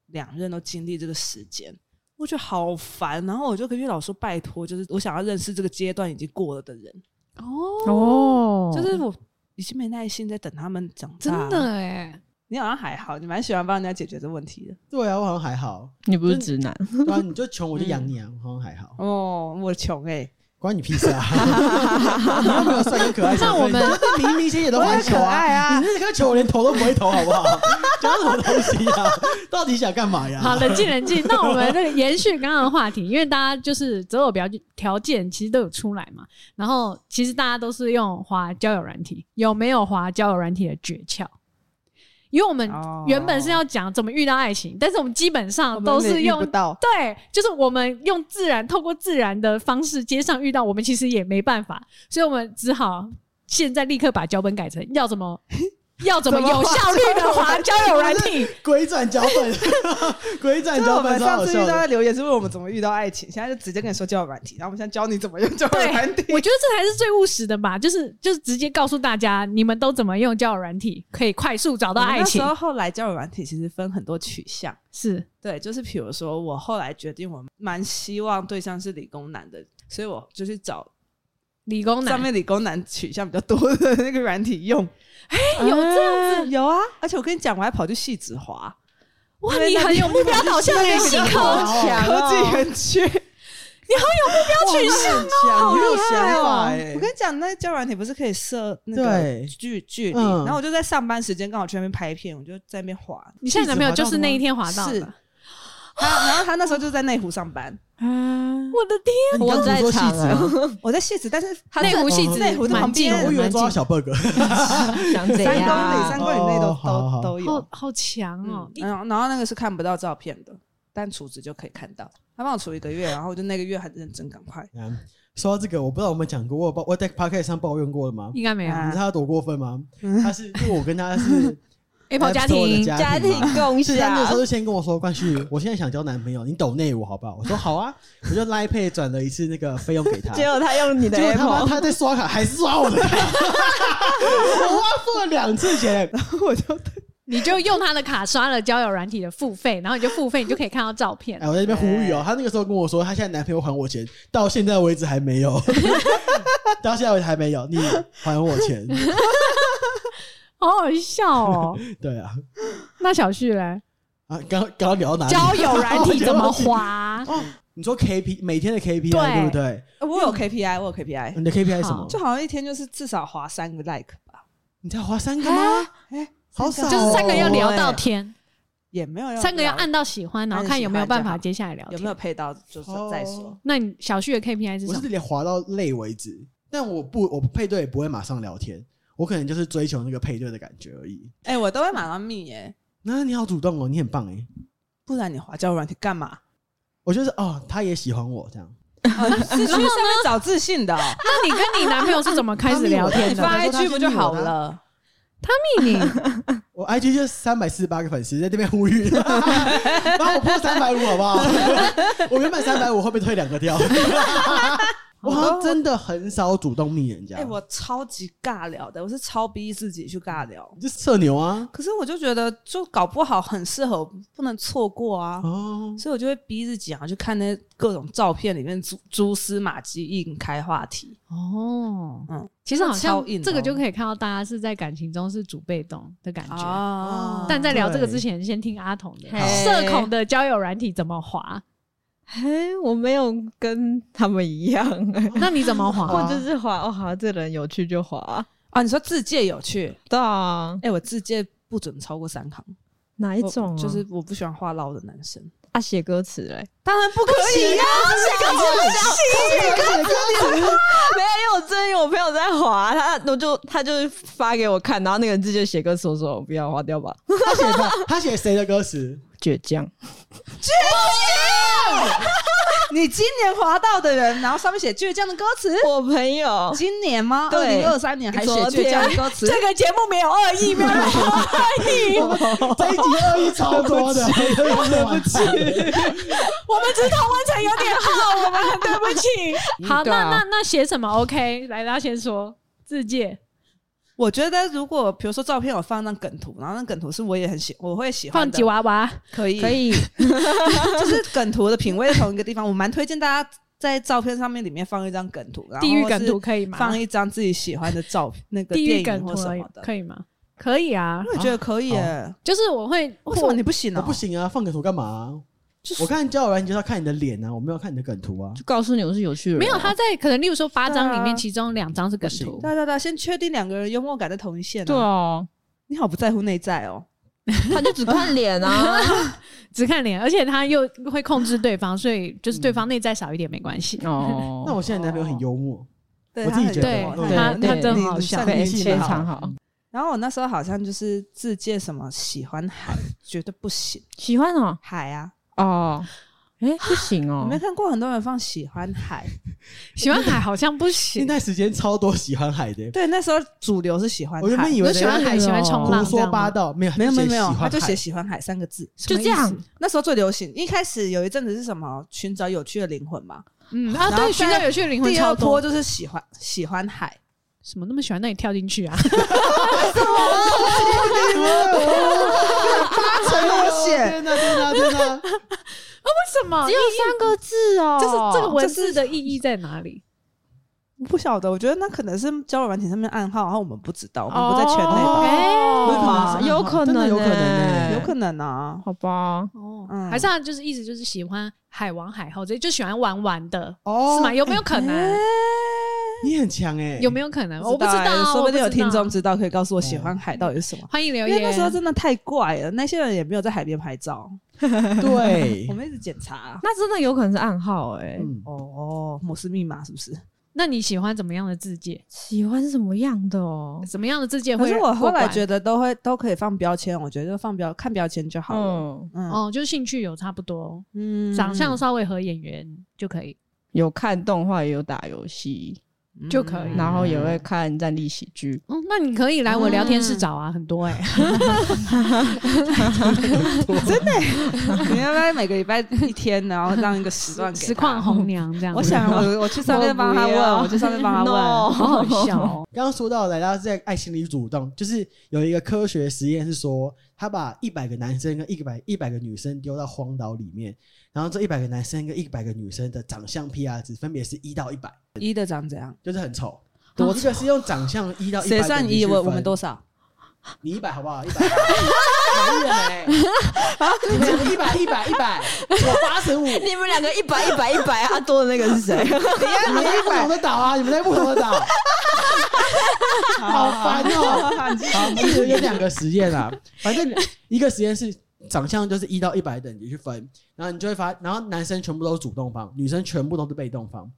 [SPEAKER 1] 两任都经历这个时间，我觉得好烦。然后我就跟月老说拜托，就是我想要认识这个阶段已经过了的人，
[SPEAKER 2] 哦，
[SPEAKER 4] 哦
[SPEAKER 1] 就是我已经没耐心在等他们长
[SPEAKER 2] 真
[SPEAKER 1] 大了。
[SPEAKER 2] 的哎，
[SPEAKER 1] 你好像还好，你蛮喜欢帮人家解决这问题的。
[SPEAKER 3] 对啊，我好像还好，
[SPEAKER 4] 你不是直男，
[SPEAKER 3] 对啊，你就穷我就养你啊，我好像还好，
[SPEAKER 1] 哦，我穷哎、
[SPEAKER 3] 关你屁事啊！你又没有帅跟可爱什么
[SPEAKER 2] 那我们
[SPEAKER 3] 你就是明明显显都玩球
[SPEAKER 1] 我很可爱啊
[SPEAKER 3] 啊，你那个球我连投都不会投，好不好？讲什么东西啊？到底想干嘛呀？
[SPEAKER 2] 好，冷静冷静。那我们那个延续刚刚的话题，因为大家就是择偶条条件其实都有出来嘛，然后其实大家都是用滑交友软体，有没有滑交友软体的诀窍？因为我们
[SPEAKER 1] 哦
[SPEAKER 2] 原本是要讲怎么遇到爱情，但是我们基本上
[SPEAKER 4] 我们
[SPEAKER 2] 都
[SPEAKER 4] 也
[SPEAKER 2] 是
[SPEAKER 4] 遇
[SPEAKER 2] 用
[SPEAKER 4] 不到，
[SPEAKER 2] 对，就是我们用自然，透过自然的方式，街上遇到我们其实也没办法，所以我们只好现在立刻把脚本改成要 怎么要怎么有效率的滑交友软 体。
[SPEAKER 3] 鬼转脚本，鬼转
[SPEAKER 1] 就是
[SPEAKER 3] 脚
[SPEAKER 1] 我
[SPEAKER 3] 本
[SPEAKER 1] 们
[SPEAKER 3] 超好
[SPEAKER 1] 上次遇
[SPEAKER 3] 笑
[SPEAKER 1] 到
[SPEAKER 3] 的。
[SPEAKER 1] 的留言是问我们怎么遇到爱情，现在就直接跟你说交友软体，然后我们现在教你怎么用交友软体。
[SPEAKER 2] 我觉得这才是最务实的吧，就是就是直接告诉大家你们都怎么用交友软体，可以快速找到
[SPEAKER 1] 我们
[SPEAKER 2] 爱情
[SPEAKER 1] 那时。候后来交友软体其实分很多取向，
[SPEAKER 2] 是
[SPEAKER 1] 对，就是比如说我后来决定我蛮希望对象是理工男的，所以我就去找
[SPEAKER 2] 理工
[SPEAKER 1] 上
[SPEAKER 2] 男，
[SPEAKER 1] 面理工男取向比较多的那个软体用。哎、
[SPEAKER 2] 有
[SPEAKER 1] 这样子、有啊！而且我跟你讲，我还跑去戏子华
[SPEAKER 2] 哇，
[SPEAKER 1] 因为
[SPEAKER 2] 你
[SPEAKER 1] 那
[SPEAKER 2] 很有目标导向的
[SPEAKER 1] 那
[SPEAKER 2] 性
[SPEAKER 1] 个
[SPEAKER 2] 格，
[SPEAKER 4] 好强
[SPEAKER 1] 科技
[SPEAKER 4] 哦，
[SPEAKER 1] 园 区。
[SPEAKER 3] 要
[SPEAKER 2] 取
[SPEAKER 3] 向哦，好有想法
[SPEAKER 1] 哎
[SPEAKER 3] 哎
[SPEAKER 1] 我！跟你讲，那交友软体不是可以设那
[SPEAKER 3] 对
[SPEAKER 1] 个距距离，
[SPEAKER 3] 嗯
[SPEAKER 1] 然后我就在上班时间刚好去那边拍片，我就在那边滑。
[SPEAKER 2] 你现在男朋友就是那一天滑到
[SPEAKER 1] 是
[SPEAKER 2] 的。
[SPEAKER 1] 他然后他那时候就在内湖上班，
[SPEAKER 2] 我的天，
[SPEAKER 3] 那你刚刚不是说
[SPEAKER 4] 啊
[SPEAKER 3] 戏子吗？
[SPEAKER 1] 我在戏子，但是他
[SPEAKER 2] 内湖戏
[SPEAKER 1] 内
[SPEAKER 2] 子
[SPEAKER 1] 湖的
[SPEAKER 2] 蛮
[SPEAKER 1] 旁
[SPEAKER 2] 近
[SPEAKER 1] 边
[SPEAKER 2] 的，
[SPEAKER 3] 我以为
[SPEAKER 2] 蛮近
[SPEAKER 3] 抓
[SPEAKER 2] 的
[SPEAKER 3] 到小 bug，
[SPEAKER 4] 想
[SPEAKER 1] 三公
[SPEAKER 4] 怎
[SPEAKER 1] 里、三
[SPEAKER 4] 样？
[SPEAKER 1] 公里内都
[SPEAKER 3] 哦好好好
[SPEAKER 1] 都都有
[SPEAKER 2] 好。好强哦
[SPEAKER 1] 嗯！，然后然后那个是看不到照片的，但储值就可以看到。他帮我储一个月，然后我就那个月很认真，赶快。
[SPEAKER 3] 嗯说到这个，我不知道我们讲过，我有抱我在 p o d c a s 上抱怨过了吗？
[SPEAKER 2] 应该没有
[SPEAKER 3] 你
[SPEAKER 1] 啊
[SPEAKER 3] 知道他多过分吗？
[SPEAKER 4] 嗯
[SPEAKER 3] 他是因为我跟他 是
[SPEAKER 2] Apple 家
[SPEAKER 3] App Store 的
[SPEAKER 2] 庭
[SPEAKER 4] 家庭啊
[SPEAKER 3] 嘛
[SPEAKER 4] 共
[SPEAKER 3] 是他那时候
[SPEAKER 4] 享，
[SPEAKER 3] 就先跟我说，冠旭，我现在想交男朋友，你抖内我好不好？我说好啊，我就拉配转了一次那个费用给他。
[SPEAKER 4] 啊结果他用你的
[SPEAKER 3] 结果他妈
[SPEAKER 4] Apple，
[SPEAKER 3] 他在刷卡还是刷我的卡，我妈付了两次钱，
[SPEAKER 2] 你就用他的卡刷了交友软体的付费，然后你就付费，你就可以看到照片
[SPEAKER 3] 哎，。我在那边呼吁哦，她那个时候跟我说，她现在男朋友还我钱，到现在为止还没有， 到现在为止还没有，你还我钱，
[SPEAKER 2] 好好笑哦！
[SPEAKER 3] 对啊，
[SPEAKER 2] 那小旭嘞，
[SPEAKER 3] 啊，刚刚刚聊到哪里？
[SPEAKER 2] 交友软体怎么滑？
[SPEAKER 3] 哦，你说 K P 每天的 K P
[SPEAKER 2] 对哎
[SPEAKER 3] I 对不对？
[SPEAKER 1] 呃我有 KPI，我有 KPI，
[SPEAKER 3] 你的 K P I 是什么
[SPEAKER 2] 好？
[SPEAKER 1] 就好像一天就是至少划三个 like 吧，
[SPEAKER 3] 你才划三个吗？
[SPEAKER 1] 哎
[SPEAKER 3] 好少哦，
[SPEAKER 2] 就是三个要聊到
[SPEAKER 3] 哎
[SPEAKER 2] 天，
[SPEAKER 1] 也没有要
[SPEAKER 2] 三个要按到喜欢，然后看有没有办法接下来聊
[SPEAKER 1] 有没有
[SPEAKER 2] 天。
[SPEAKER 1] 配到，就是再
[SPEAKER 3] 哦
[SPEAKER 1] 说。
[SPEAKER 2] 那你小旭的 KPI 是
[SPEAKER 3] 我
[SPEAKER 2] 什
[SPEAKER 3] 是
[SPEAKER 2] 么？
[SPEAKER 3] 连滑到累为止，但我不，我配对也不会马上聊天，我可能就是追求那个配对的感觉而已。
[SPEAKER 1] 哎，我都会马上密耶，
[SPEAKER 3] 那你好主动哦，你很棒哎。
[SPEAKER 1] 不然你划交友软体干 嘛？
[SPEAKER 3] 我就是哦，他也喜欢我这样，
[SPEAKER 1] 哦你是去上面找自信 的哦，
[SPEAKER 2] 那你跟你男朋友是怎么开始聊天
[SPEAKER 1] 你
[SPEAKER 3] 他
[SPEAKER 1] 发
[SPEAKER 2] 的？
[SPEAKER 3] 密
[SPEAKER 1] IG 不就好了？
[SPEAKER 2] 秘密，
[SPEAKER 3] 我 IG 就是三百四十八个粉丝在这边呼吁， 帮我破三百五好不 好？我原本三百五会不会退两个掉？ 我好像真的很少主动密人家，
[SPEAKER 1] 哎，我超级尬聊的，我是超逼自己去尬聊。
[SPEAKER 3] 你就是社牛啊。
[SPEAKER 1] 可是我就觉得，就搞不好很适合，不能错过啊。
[SPEAKER 3] 哦，
[SPEAKER 1] 所以我就会逼自己啊，去看那各种照片里面蛛蛛丝马迹，硬开话题。
[SPEAKER 2] 哦，
[SPEAKER 1] 嗯，
[SPEAKER 2] 其实好像
[SPEAKER 1] 超硬哦
[SPEAKER 2] 这个就可以看到大家是在感情中是主被动的感觉。
[SPEAKER 4] 哦
[SPEAKER 1] 啊
[SPEAKER 2] 但在聊这个之
[SPEAKER 3] 对
[SPEAKER 2] 前，先听阿童的
[SPEAKER 4] 好
[SPEAKER 2] 社恐的交友软体怎么滑？
[SPEAKER 4] 嘿，我没有跟他们一样，
[SPEAKER 2] 那你怎么滑？
[SPEAKER 4] 我就是滑，哦，好，这人有趣就滑，
[SPEAKER 1] 啊，你说自介有趣？
[SPEAKER 4] 对啊，
[SPEAKER 1] 哎、我自介不准超过三行，
[SPEAKER 4] 哪一种啊？
[SPEAKER 1] 就是我不喜欢话唠的男生。
[SPEAKER 4] 啊，写歌词嘞，
[SPEAKER 1] 当然不可以呀、啊
[SPEAKER 4] 啊没有，因为我真有我朋友在滑，他我就他就发给我看，然后那个字就写歌词，我说我不要划掉吧，
[SPEAKER 3] 他写的他写谁的歌词？
[SPEAKER 4] 倔强，
[SPEAKER 1] 你今年滑到的人，然后上面写倔强的歌词，
[SPEAKER 4] 我朋友
[SPEAKER 1] 今年吗？二
[SPEAKER 4] 哦对
[SPEAKER 1] 零二三年还写倔强的歌词？
[SPEAKER 4] 这个节目没有恶意，没有
[SPEAKER 3] 这一集恶意超多的，对不起，
[SPEAKER 2] 我们只同温层有点厚，我们很对不起。好，
[SPEAKER 4] 对啊
[SPEAKER 2] 那那那写什么？OK，来，他先说自介，
[SPEAKER 1] 我觉得如果比如说照片我放张梗图，然后那梗图是我也很喜，我会喜欢
[SPEAKER 2] 放
[SPEAKER 1] 的。
[SPEAKER 2] 吉娃娃，
[SPEAKER 1] 可以
[SPEAKER 4] 可以，
[SPEAKER 1] 就是梗图的品味是同一个地方，我蛮推荐大家在照片上面里面放一张梗图，然后
[SPEAKER 2] 地狱梗图可以
[SPEAKER 1] 是
[SPEAKER 2] 吗？
[SPEAKER 1] 放一张自己喜欢的照片，那个
[SPEAKER 2] 地
[SPEAKER 1] 电
[SPEAKER 2] 狱梗
[SPEAKER 1] 影
[SPEAKER 2] 图哦
[SPEAKER 1] 或什
[SPEAKER 2] 而已
[SPEAKER 1] 么的。
[SPEAKER 2] 可以吗？可以啊，
[SPEAKER 1] 我也觉得可以耶，
[SPEAKER 2] 就是我会，
[SPEAKER 1] 为什么
[SPEAKER 2] 我
[SPEAKER 1] 你不行
[SPEAKER 3] 我
[SPEAKER 1] 呢？
[SPEAKER 3] 不，行啊，放梗图干嘛啊？
[SPEAKER 1] 就是
[SPEAKER 3] 我看交友软件就是要看你的脸啊，我没有看你的梗图啊。
[SPEAKER 4] 就告诉你我是有趣的人，
[SPEAKER 2] 没有他在可能，例如说八张里
[SPEAKER 1] 啊对
[SPEAKER 2] 面，
[SPEAKER 1] 啊
[SPEAKER 2] 其中两张是梗
[SPEAKER 3] 不
[SPEAKER 2] 图，
[SPEAKER 1] 对对对，先确定两个人幽默感在同一线、啊
[SPEAKER 4] 对，
[SPEAKER 2] 啊
[SPEAKER 4] 哦，
[SPEAKER 1] 你好不在乎内在哦。
[SPEAKER 4] 他就只看脸啊，
[SPEAKER 2] 只看脸，而且他又会控制 对方，所以就是对方内在少一点没关系。
[SPEAKER 1] 嗯
[SPEAKER 4] 哦
[SPEAKER 3] 那我现在男朋友很幽默，
[SPEAKER 1] 对
[SPEAKER 3] 我自己
[SPEAKER 1] 他很
[SPEAKER 3] 觉得
[SPEAKER 1] 幽默
[SPEAKER 2] 对
[SPEAKER 1] 他
[SPEAKER 2] 他
[SPEAKER 1] 很
[SPEAKER 2] 他
[SPEAKER 4] 对
[SPEAKER 2] 真
[SPEAKER 1] 你
[SPEAKER 2] 好
[SPEAKER 1] 你
[SPEAKER 2] 笑
[SPEAKER 1] 上进
[SPEAKER 4] 对
[SPEAKER 1] 心
[SPEAKER 4] 非
[SPEAKER 1] 好
[SPEAKER 4] 常好，
[SPEAKER 1] 然后我那时候好像就是自荐什么喜欢海，绝对不行
[SPEAKER 4] 喜欢哦
[SPEAKER 1] 海啊！
[SPEAKER 4] 哦，哎、不行
[SPEAKER 1] 我
[SPEAKER 4] 哦
[SPEAKER 1] 没，看过很多人放喜欢海，
[SPEAKER 2] 喜欢海好像不行
[SPEAKER 3] 现，在时间超多喜欢海的，
[SPEAKER 1] 对，那时候主流是喜欢
[SPEAKER 3] 我原本
[SPEAKER 1] 海
[SPEAKER 3] 以为
[SPEAKER 2] 就喜欢海，
[SPEAKER 4] 有
[SPEAKER 2] 喜欢冲浪，这
[SPEAKER 3] 胡说
[SPEAKER 2] 样吗
[SPEAKER 3] 八道，没有
[SPEAKER 1] 没有没有没有，他
[SPEAKER 3] 他
[SPEAKER 1] 就
[SPEAKER 3] 写喜欢
[SPEAKER 1] 写喜欢
[SPEAKER 3] 海
[SPEAKER 1] 海三个字，
[SPEAKER 4] 就这样。
[SPEAKER 1] 那时候最流行。一开始有一阵子是什么寻找有趣的灵魂嘛，
[SPEAKER 2] 嗯啊，
[SPEAKER 1] 然后
[SPEAKER 2] 对，寻找有趣的灵魂
[SPEAKER 1] 第
[SPEAKER 2] 超
[SPEAKER 1] 二波
[SPEAKER 2] 多。
[SPEAKER 1] 就是喜欢喜欢 海，
[SPEAKER 2] 什么那么喜欢让你跳 进去啊？哎
[SPEAKER 1] 八成我写，
[SPEAKER 3] 哦天哪天哪天哪！
[SPEAKER 2] 为什么
[SPEAKER 4] 只有三个字哦，
[SPEAKER 2] 就是这个文
[SPEAKER 1] 就
[SPEAKER 2] 字
[SPEAKER 1] 是
[SPEAKER 2] 的意义在哪里？
[SPEAKER 1] 我不晓得，我觉得那可能是交友软体上面暗号，然后我们不知
[SPEAKER 2] 哦
[SPEAKER 1] 道，我们不在圈内吧，
[SPEAKER 4] 哦
[SPEAKER 3] 哦
[SPEAKER 4] 有可
[SPEAKER 3] 真
[SPEAKER 4] 能欸，
[SPEAKER 3] 的有可能欸
[SPEAKER 1] 有可能啊。
[SPEAKER 4] 好吧，
[SPEAKER 2] 哦
[SPEAKER 1] 嗯
[SPEAKER 2] 还是他就是一直就是喜欢海王海后，这就喜欢玩玩的，
[SPEAKER 3] 哦
[SPEAKER 2] 是吗？有没有可能？
[SPEAKER 3] 你很强哎，
[SPEAKER 2] 有没有可能？
[SPEAKER 1] 哎我
[SPEAKER 2] 我不知道啊，
[SPEAKER 1] 说不定有
[SPEAKER 2] 我知道
[SPEAKER 1] 听众知道，可以告诉我喜欢海到底是什么。
[SPEAKER 2] 欢迎留
[SPEAKER 1] 因为
[SPEAKER 2] 言。
[SPEAKER 1] 那时候真的太怪了，那些人也没有在海边拍照，
[SPEAKER 3] 有？对
[SPEAKER 1] 我，们一直检查。
[SPEAKER 4] 那真的有可能是暗号哎。
[SPEAKER 3] 嗯
[SPEAKER 1] 哦，摩斯密码是不是？
[SPEAKER 2] 那你喜欢怎么样的字界？
[SPEAKER 4] 喜欢是什么样的哦？
[SPEAKER 2] 怎么样的字界
[SPEAKER 1] 可
[SPEAKER 2] 会
[SPEAKER 1] 是
[SPEAKER 2] 过关？
[SPEAKER 1] 我后来觉得都会都可以放标签，我觉得就放标看标签就好了。
[SPEAKER 4] 嗯，
[SPEAKER 1] 嗯
[SPEAKER 2] 哦，就是兴趣有差不多，
[SPEAKER 1] 嗯
[SPEAKER 2] 长相稍微合眼缘就可以。
[SPEAKER 4] 有看动画，也有打游戏，
[SPEAKER 2] 就可以嗯
[SPEAKER 4] 然后 也会看战地喜剧。
[SPEAKER 2] 嗯，那你可以来我聊天室找啊，很多哎、
[SPEAKER 1] 哦 你要不要每个礼拜一天，然后让一个时段给他
[SPEAKER 2] 实况红娘这样子。
[SPEAKER 1] 我想我我去上面帮他
[SPEAKER 4] 我不
[SPEAKER 1] 问，
[SPEAKER 4] 要
[SPEAKER 1] 我去上面帮他
[SPEAKER 4] No
[SPEAKER 1] 问。
[SPEAKER 2] 好好笑哦、
[SPEAKER 3] 刚刚说到莱拉是在爱情里主动，就是有一个科学实验是说，他把一百个男生跟一百一百个女生丢到荒岛里面，然后这一百个男生跟一百个女生的长相 PR 值分别是一到一百，
[SPEAKER 1] 一的长怎样？
[SPEAKER 3] 就是很丑。我这个是用长相一到一百，
[SPEAKER 1] 谁算一？我我们多少？
[SPEAKER 3] 你一百好不好？一 百，满意了没？你们两个一 百一百一百，我八十五，你
[SPEAKER 4] 你们两个一百一百一百啊，多的那个是谁？
[SPEAKER 3] 们在不同的岛啊，你们在不同的 岛。好烦哦、好，这是有两个实验啊，反正一个实验是长相就是一到一百等级去分，然后你就会发，然后男生全部都是主动方，女生全部都是被动方，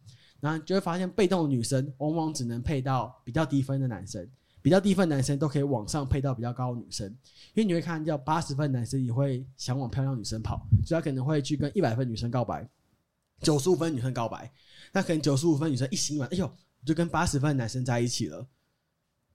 [SPEAKER 3] 然后你就会发现被动的女生往往只能配到比较低分的男生，比较低分的男生都可以往上配到比较高的女生，因为你会看到八十分的男生也会想往漂亮女生跑，所以他可能会去跟一百分女生告白，九十五分女生告白，那可能九十五分女生一心软，哎呦，就跟八十分的男生在一起了。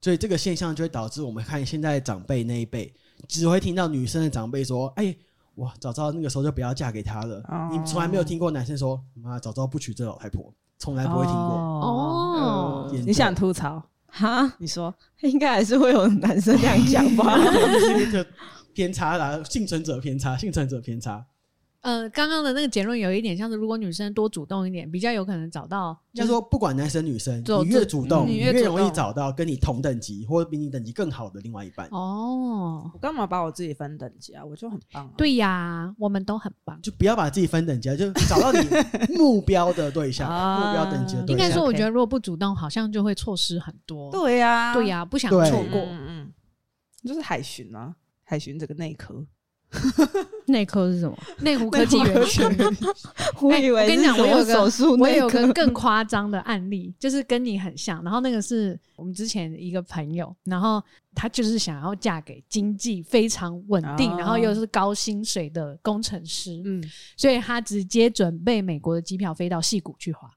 [SPEAKER 3] 所以这个现象就会导致我们看现在长辈那一辈，只会听到女生的长辈说：“哎，哇，早知道那个时候就不要嫁给他了。
[SPEAKER 1] 哦
[SPEAKER 3] 你从来没有听过男生说：“妈，早知道不娶这老太婆。”从来不会听过。
[SPEAKER 1] 哦。
[SPEAKER 2] 哦
[SPEAKER 3] 嗯
[SPEAKER 1] 你想吐槽？
[SPEAKER 4] 哈，
[SPEAKER 1] 你说
[SPEAKER 4] 应该还是会有男生这样讲 吧？
[SPEAKER 3] 就 偏差啦，幸存者偏差，幸存者偏差。
[SPEAKER 2] 呃，刚刚的那个结论有一点像是，如果女生多主动一点，比较有可能找到。
[SPEAKER 3] 就是说，不管男生女生，
[SPEAKER 4] 就
[SPEAKER 3] 你越主动，
[SPEAKER 1] 你
[SPEAKER 3] 你
[SPEAKER 1] 越
[SPEAKER 3] 越
[SPEAKER 1] 主
[SPEAKER 3] 容易
[SPEAKER 1] 动
[SPEAKER 3] 找到跟你同等级或者比你等级更好的另外一半。
[SPEAKER 2] 哦
[SPEAKER 1] 我，干嘛把我自己分等级啊？我就很棒、啊。，
[SPEAKER 2] 对呀，我们都很棒。
[SPEAKER 3] 就不要把自己分等级啊，就找到你目标的对象，
[SPEAKER 1] 啊
[SPEAKER 3] 目标等级的对
[SPEAKER 2] 应
[SPEAKER 3] 象。
[SPEAKER 2] 该说，我
[SPEAKER 1] OK
[SPEAKER 2] 觉得如果不主动，好像就会错失很多。
[SPEAKER 1] 对呀、
[SPEAKER 2] 对、呀，不想
[SPEAKER 3] 对
[SPEAKER 2] 错
[SPEAKER 1] 嗯
[SPEAKER 2] 过。
[SPEAKER 1] 嗯嗯，就是海巡啊，海巡这个内科。
[SPEAKER 4] 内科是什么？ 哎
[SPEAKER 2] 内湖科技园区，
[SPEAKER 4] 我以为是什么手术
[SPEAKER 2] 我
[SPEAKER 4] 内
[SPEAKER 2] 有
[SPEAKER 4] 科
[SPEAKER 2] 个。更夸张的案例，就是跟你很像。然后那个是我们之前一个朋友，然后她就是想要嫁给经济非常稳定，
[SPEAKER 1] 哦
[SPEAKER 2] 然后又是高薪水的工程师，
[SPEAKER 1] 嗯，
[SPEAKER 2] 所以她直接准备美国的机票飞到戏谷去滑，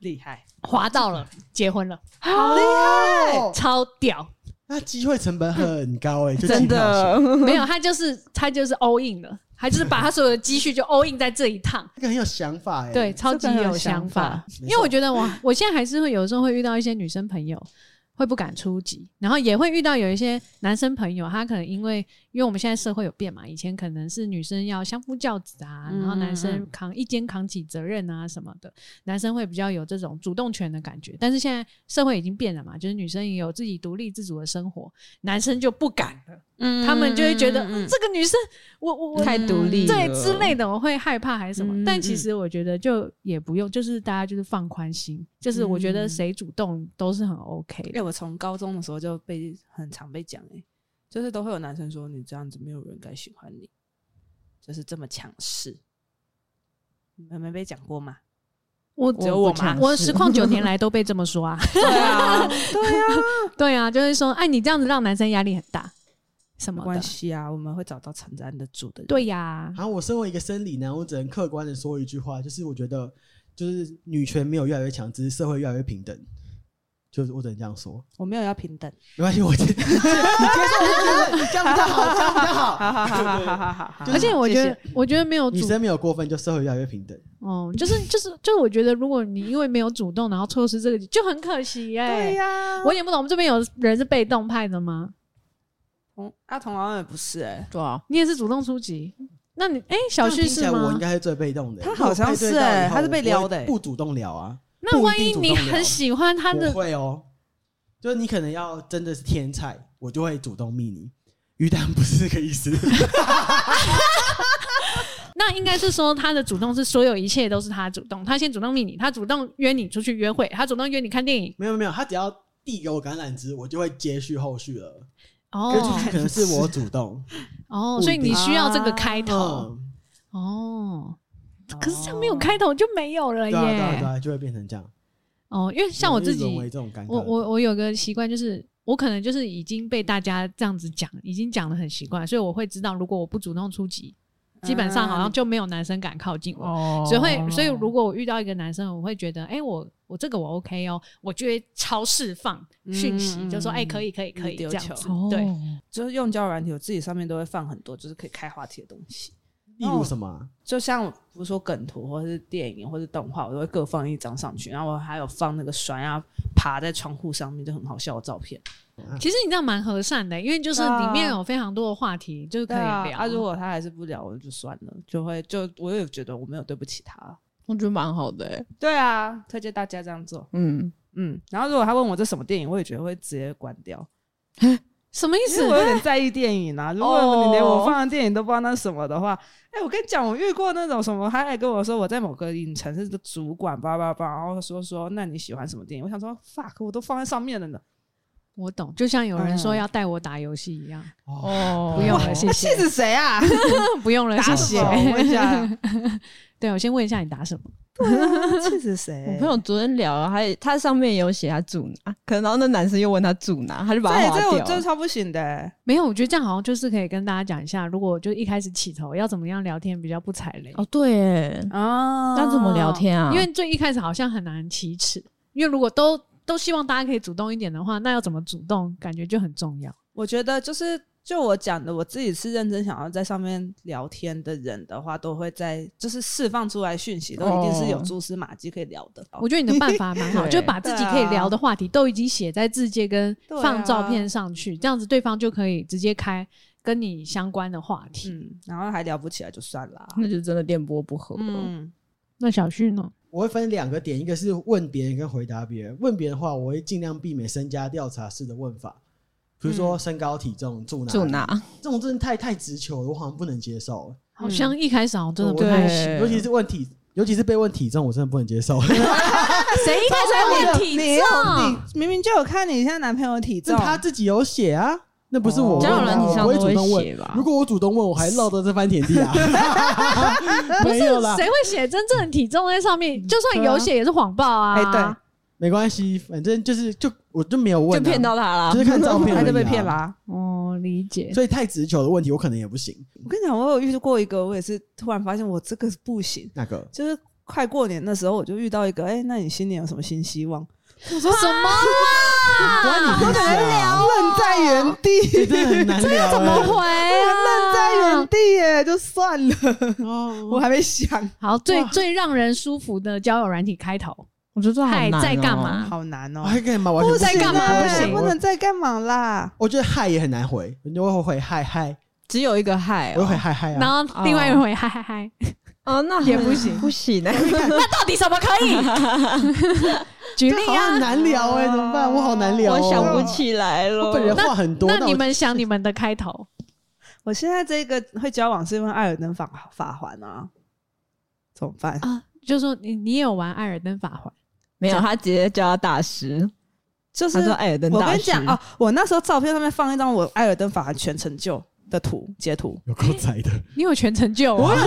[SPEAKER 1] 厉害。
[SPEAKER 2] 滑到了，结婚了，
[SPEAKER 1] 啊
[SPEAKER 3] 好厉害、
[SPEAKER 2] 超屌！
[SPEAKER 3] 哎那机会成本很高哎、就
[SPEAKER 4] 真
[SPEAKER 3] 机票钱，
[SPEAKER 4] 的，
[SPEAKER 2] 没有，她就是她就是 all in 了，她就是把她所有的积蓄就 all in 在这一趟。
[SPEAKER 3] 这个很有想法哎、
[SPEAKER 2] 对，，超
[SPEAKER 1] 这
[SPEAKER 2] 级
[SPEAKER 1] 个很有
[SPEAKER 2] 有想
[SPEAKER 1] 想
[SPEAKER 2] 法
[SPEAKER 1] 法。
[SPEAKER 2] 因
[SPEAKER 3] 没
[SPEAKER 2] 为
[SPEAKER 3] 错
[SPEAKER 2] 我觉得我我现在还是会有时候会遇到一些女生朋友会不敢出击，然后也会遇到有一些男生朋友，他可能因为因为我们现在社会有变嘛，以前可能是女生要相夫教子啊，然后男
[SPEAKER 1] 嗯嗯
[SPEAKER 2] 生
[SPEAKER 1] 嗯
[SPEAKER 2] 扛一肩扛起责任啊什么的，男生会比较有这种主动权的感觉。但是现在社会已经变了嘛，就是女生也有自己独立自主的生活，男生就不敢了，
[SPEAKER 1] 嗯
[SPEAKER 2] 他们就会觉得、嗯这个女生我我我
[SPEAKER 4] 太独立了
[SPEAKER 2] 对之类的，我会害怕还是什么？
[SPEAKER 1] 嗯
[SPEAKER 2] 但其实我觉得就也不用，就是大家就是放宽心，就是我觉得谁主动都是很 OK
[SPEAKER 1] 哎、
[SPEAKER 2] 的。
[SPEAKER 1] 我从高中的时候就被很常被讲哎、就是都会有男生说你这样子没有人该喜欢你， 就是这么强势。你们没被讲过吗？
[SPEAKER 2] 我
[SPEAKER 1] 只有我
[SPEAKER 4] 不
[SPEAKER 1] 吗
[SPEAKER 4] 尝
[SPEAKER 2] 我
[SPEAKER 4] 试
[SPEAKER 2] 实况九年来都被这么说啊，
[SPEAKER 1] 对啊，对啊，
[SPEAKER 2] 对啊，就是说，哎，你这样子让男生压力很大，什
[SPEAKER 1] 没
[SPEAKER 2] 么
[SPEAKER 1] 关
[SPEAKER 2] 的，
[SPEAKER 1] 系啊，我们会找到承担得住的人。
[SPEAKER 2] 对呀、
[SPEAKER 3] 然啊后我身为一个生理男，我只能客观的说一句话，就是我觉得，就是女权没有越来越强，只是社会越来越平等，就是我只能这样说。
[SPEAKER 1] 我没有要平等，
[SPEAKER 3] 没关系，我接你接受，你接受你这样比较好，这样比较
[SPEAKER 1] 好
[SPEAKER 3] 好。
[SPEAKER 1] 好好好好好好好
[SPEAKER 3] 就
[SPEAKER 2] 而
[SPEAKER 3] 是
[SPEAKER 2] 且我觉
[SPEAKER 4] 谢
[SPEAKER 2] 得，
[SPEAKER 4] 谢
[SPEAKER 2] 我觉得没有
[SPEAKER 3] 女
[SPEAKER 2] 主
[SPEAKER 3] 生没有过分，就社会越来越平等。
[SPEAKER 2] 哦，就是就是就是，我觉得如果你因为没有主动，然后错失这个，就很可惜耶、
[SPEAKER 1] 对呀，
[SPEAKER 2] 我也不懂，我们这边有人是被动派的吗？
[SPEAKER 1] 同嗯阿童好像也不是哎，
[SPEAKER 4] 对啊，
[SPEAKER 2] 你也是主动出击？那你哎、小
[SPEAKER 3] 这样
[SPEAKER 2] 旭
[SPEAKER 3] 听起
[SPEAKER 2] 是
[SPEAKER 3] 来我
[SPEAKER 2] 吗
[SPEAKER 3] 应？该是最被动的。
[SPEAKER 1] 他好像是
[SPEAKER 3] 如果配对到以
[SPEAKER 1] 欸
[SPEAKER 3] 后
[SPEAKER 1] 他是被
[SPEAKER 3] 我不会
[SPEAKER 1] 撩的欸
[SPEAKER 3] 不主动聊啊。
[SPEAKER 2] 那万
[SPEAKER 3] 不一
[SPEAKER 2] 一
[SPEAKER 3] 定主
[SPEAKER 2] 你
[SPEAKER 3] 动聊
[SPEAKER 2] 很喜欢他
[SPEAKER 3] 我
[SPEAKER 2] 的，
[SPEAKER 3] 会哦，就是你可能要真的是天菜，我就会主动密你。鱼蛋不是这个意思，
[SPEAKER 2] 那应该是说他的主动是所有一切都是他主动，他先主动密你，他主动约你出去约会，他主动约你看电影。
[SPEAKER 3] 没有没有，他只要递给我橄榄枝，我就会接续后续了。
[SPEAKER 2] 哦
[SPEAKER 3] 跟出去可能是我 主动，
[SPEAKER 2] 哦，
[SPEAKER 3] 不一
[SPEAKER 2] 所以
[SPEAKER 3] 定
[SPEAKER 2] 你需要这个开头
[SPEAKER 3] 嗯，
[SPEAKER 2] 哦。可是这样没有开头就没有了
[SPEAKER 3] 对
[SPEAKER 2] 耶。
[SPEAKER 3] 啊对啊对啊，就会变成这样。
[SPEAKER 2] 哦，因为像我自己
[SPEAKER 3] 容易，沦为这种尴尬，
[SPEAKER 2] 我我我有个习惯，就是我可能就是已经被大家这样子讲，已经讲的很习惯，所以我会知道，如果我不主动出击，基本上好
[SPEAKER 3] 啊
[SPEAKER 2] 像就没有男生敢靠近我。
[SPEAKER 1] 哦
[SPEAKER 2] 所以会，所以如果我遇到一个男生，我会觉得，哎、我我这个我 OK 哦，我就会超释放讯息，
[SPEAKER 1] 嗯嗯
[SPEAKER 2] 就说，哎、
[SPEAKER 1] 嗯
[SPEAKER 2] 可以，可以，可以，这
[SPEAKER 1] 丢
[SPEAKER 2] 样
[SPEAKER 1] 球哦
[SPEAKER 2] 子，
[SPEAKER 4] 哦
[SPEAKER 2] 对，
[SPEAKER 1] 就是用交友软体，我自己上面都会放很多就是可以开话题的东西，
[SPEAKER 3] 例
[SPEAKER 2] 哦
[SPEAKER 3] 如什么啊、
[SPEAKER 1] 就像我比如说梗图或是电影或是动画，我都会各放一张上去，然后我还有放那个甩啊爬在窗户上面就很好笑的照片，
[SPEAKER 2] 其实你这样蛮和善的、因为就是
[SPEAKER 1] 对啊
[SPEAKER 2] 里面有非常多的话题，就是可以
[SPEAKER 1] 对啊
[SPEAKER 2] 聊。
[SPEAKER 1] 啊，如果他还是不聊，我就算了，就会就我也觉得我没有对不起他。
[SPEAKER 4] 我觉得蛮好的、欸，
[SPEAKER 1] 对啊，推荐大家这样做。
[SPEAKER 4] 嗯，
[SPEAKER 1] 嗯，然后如果他问我这什么电影，我也觉得会直接关掉，
[SPEAKER 2] 什么意
[SPEAKER 1] 因
[SPEAKER 2] 思
[SPEAKER 1] 为？我有点在意电影 啊。如果你连我放的电影都不知道那是什么的话，哎、我跟你讲，我遇过那种什么，他还跟我说我在某个影城是个主管，叭叭叭，然后说说那你喜欢什么电影？我想说 fuck，我都放在上面了呢。
[SPEAKER 2] 我懂，就像有人说
[SPEAKER 1] 嗯
[SPEAKER 2] 要带我打游戏一样，
[SPEAKER 3] 哦，
[SPEAKER 4] 哦
[SPEAKER 2] 不用了，谢
[SPEAKER 1] 气
[SPEAKER 2] 谢，
[SPEAKER 1] 死谁啊？
[SPEAKER 2] 不用了，谢
[SPEAKER 1] 什
[SPEAKER 2] 谢
[SPEAKER 1] 么。我问一下，
[SPEAKER 2] 对，我先问一下你打什么？
[SPEAKER 1] 啊气死谁？
[SPEAKER 4] 我朋友昨天聊了，还他上面也有写他住哪，可能然后那男生又问他住哪，他就把他
[SPEAKER 1] 对，
[SPEAKER 4] 划
[SPEAKER 1] 这我
[SPEAKER 4] 掉
[SPEAKER 1] 这
[SPEAKER 4] 了。
[SPEAKER 1] 超不行的、
[SPEAKER 2] 没有，我觉得这样好像就是可以跟大家讲一下，如果就一开始起头要怎么样聊天比较不踩雷，
[SPEAKER 4] 哦，对耶，
[SPEAKER 1] 啊
[SPEAKER 4] 那怎么聊？天啊？
[SPEAKER 2] 哦因为最一开始好像很难启齿，因为如果都都希望大家可以主动一点的话，那要怎么主动，感觉就很重要。
[SPEAKER 1] 我觉得就是就我讲的，我自己是认真想要在上面聊天的人的话，都会在就是释放出来讯息，都一定是有
[SPEAKER 4] 哦
[SPEAKER 1] 蛛丝马迹可以聊的。
[SPEAKER 2] 我觉得你的办法蛮好，
[SPEAKER 4] 对
[SPEAKER 2] 就把自己可以聊的话题都已经写在字界跟
[SPEAKER 1] 对啊
[SPEAKER 2] 放照片上去，这样子对方就可以直接开跟你相关的话题。
[SPEAKER 1] 嗯，然后还聊不起来就算啦。
[SPEAKER 4] 那就真的电波不合了。
[SPEAKER 1] 嗯，
[SPEAKER 2] 那小旭呢？
[SPEAKER 3] 我会分两个点，一个是问别人跟回答别人。问别人的话，我会尽量避免身家调查式的问法，比如说身高、体重、住哪、
[SPEAKER 4] 住 哪？
[SPEAKER 3] 这种真的太太直球了，我好像不能接受。
[SPEAKER 2] 好像一开始好像真的不
[SPEAKER 3] 对
[SPEAKER 2] 太行，
[SPEAKER 3] 尤其是问体，尤其是被问体重，我真的不能接受。
[SPEAKER 2] 谁一开始还问体
[SPEAKER 1] 你
[SPEAKER 2] 重？
[SPEAKER 1] 你明明就有看你现在男朋友的体
[SPEAKER 3] 这
[SPEAKER 1] 重，
[SPEAKER 3] 他自己有写啊，那不是我问
[SPEAKER 1] 交友
[SPEAKER 3] 的
[SPEAKER 1] 软
[SPEAKER 3] 啊，
[SPEAKER 1] 体
[SPEAKER 4] 上
[SPEAKER 3] 我不会
[SPEAKER 4] 都
[SPEAKER 3] 主
[SPEAKER 4] 会
[SPEAKER 3] 动
[SPEAKER 4] 写啊
[SPEAKER 3] 问
[SPEAKER 4] 吧。
[SPEAKER 3] 如果我主动问，我还落得这番田地啊。 没有啦，嗯
[SPEAKER 2] 谁会写真正的体重在上面？就算有写也是谎报啊！
[SPEAKER 1] 哎对，
[SPEAKER 3] 没关系，反正就是就我就没有问啊、
[SPEAKER 4] 就骗到他啦
[SPEAKER 3] 就。是看照片、啊
[SPEAKER 1] 他就被骗啦、。
[SPEAKER 2] 哦，理解。
[SPEAKER 3] 所以太直球的问题，我可能也不行。
[SPEAKER 1] 我跟你讲，我有遇过一个，我也是突然发现我这个不行，
[SPEAKER 3] 那个
[SPEAKER 1] 就是快过年的时候，我就遇到一个，哎、那你新年有什么新希望？
[SPEAKER 2] 什么？
[SPEAKER 3] 不然你平时啊，
[SPEAKER 1] 愣在原地，哎
[SPEAKER 3] 这真的很难聊、欸。
[SPEAKER 2] 怎么回啊？
[SPEAKER 1] 愣在原地耶，就算了，
[SPEAKER 3] 哦
[SPEAKER 1] 我还没想，
[SPEAKER 2] 好，最最让人舒服的交友软体开头，
[SPEAKER 4] 我觉得好
[SPEAKER 2] 嗨
[SPEAKER 4] 难、哦。
[SPEAKER 2] 在干嘛
[SPEAKER 1] 好难哦
[SPEAKER 3] 我。还干嘛？完全
[SPEAKER 2] 在
[SPEAKER 3] 行
[SPEAKER 2] 干嘛
[SPEAKER 3] 我
[SPEAKER 2] 不行
[SPEAKER 3] 我
[SPEAKER 1] 不能再干嘛啦？
[SPEAKER 3] 我觉得嗨也很难回，你就会回嗨嗨，
[SPEAKER 4] 只有一个嗨、
[SPEAKER 3] 我
[SPEAKER 4] 哦
[SPEAKER 3] 会回嗨嗨
[SPEAKER 2] 然
[SPEAKER 3] 啊。
[SPEAKER 2] 后另外一回嗨嗨嗨，
[SPEAKER 4] 哦，那
[SPEAKER 2] 也不行
[SPEAKER 4] 不行哎、
[SPEAKER 2] 那到底什么可以？ 举
[SPEAKER 3] 这
[SPEAKER 2] 例
[SPEAKER 3] 好像
[SPEAKER 2] 啊
[SPEAKER 3] 很。难聊哎、怎么办？我好难聊、哦，
[SPEAKER 4] 我想不。起来了。
[SPEAKER 3] 我本人话很多，
[SPEAKER 2] 那
[SPEAKER 3] 但
[SPEAKER 2] 你
[SPEAKER 3] 我
[SPEAKER 2] 们想你们的开头，
[SPEAKER 1] 我现在这个会交往是因为艾尔登法法环啊，怎么办？
[SPEAKER 2] 就说你你也有玩《艾尔登法环》，
[SPEAKER 4] 没有，他直接叫他大师，
[SPEAKER 1] 就是
[SPEAKER 4] 他说艾尔登
[SPEAKER 1] 我
[SPEAKER 4] 大师。
[SPEAKER 1] 哦跟你讲哦，我那时候照片上面放一张我艾尔登法环全成就，的图截图，
[SPEAKER 3] 有够窄的，
[SPEAKER 2] 你有全成就、啊，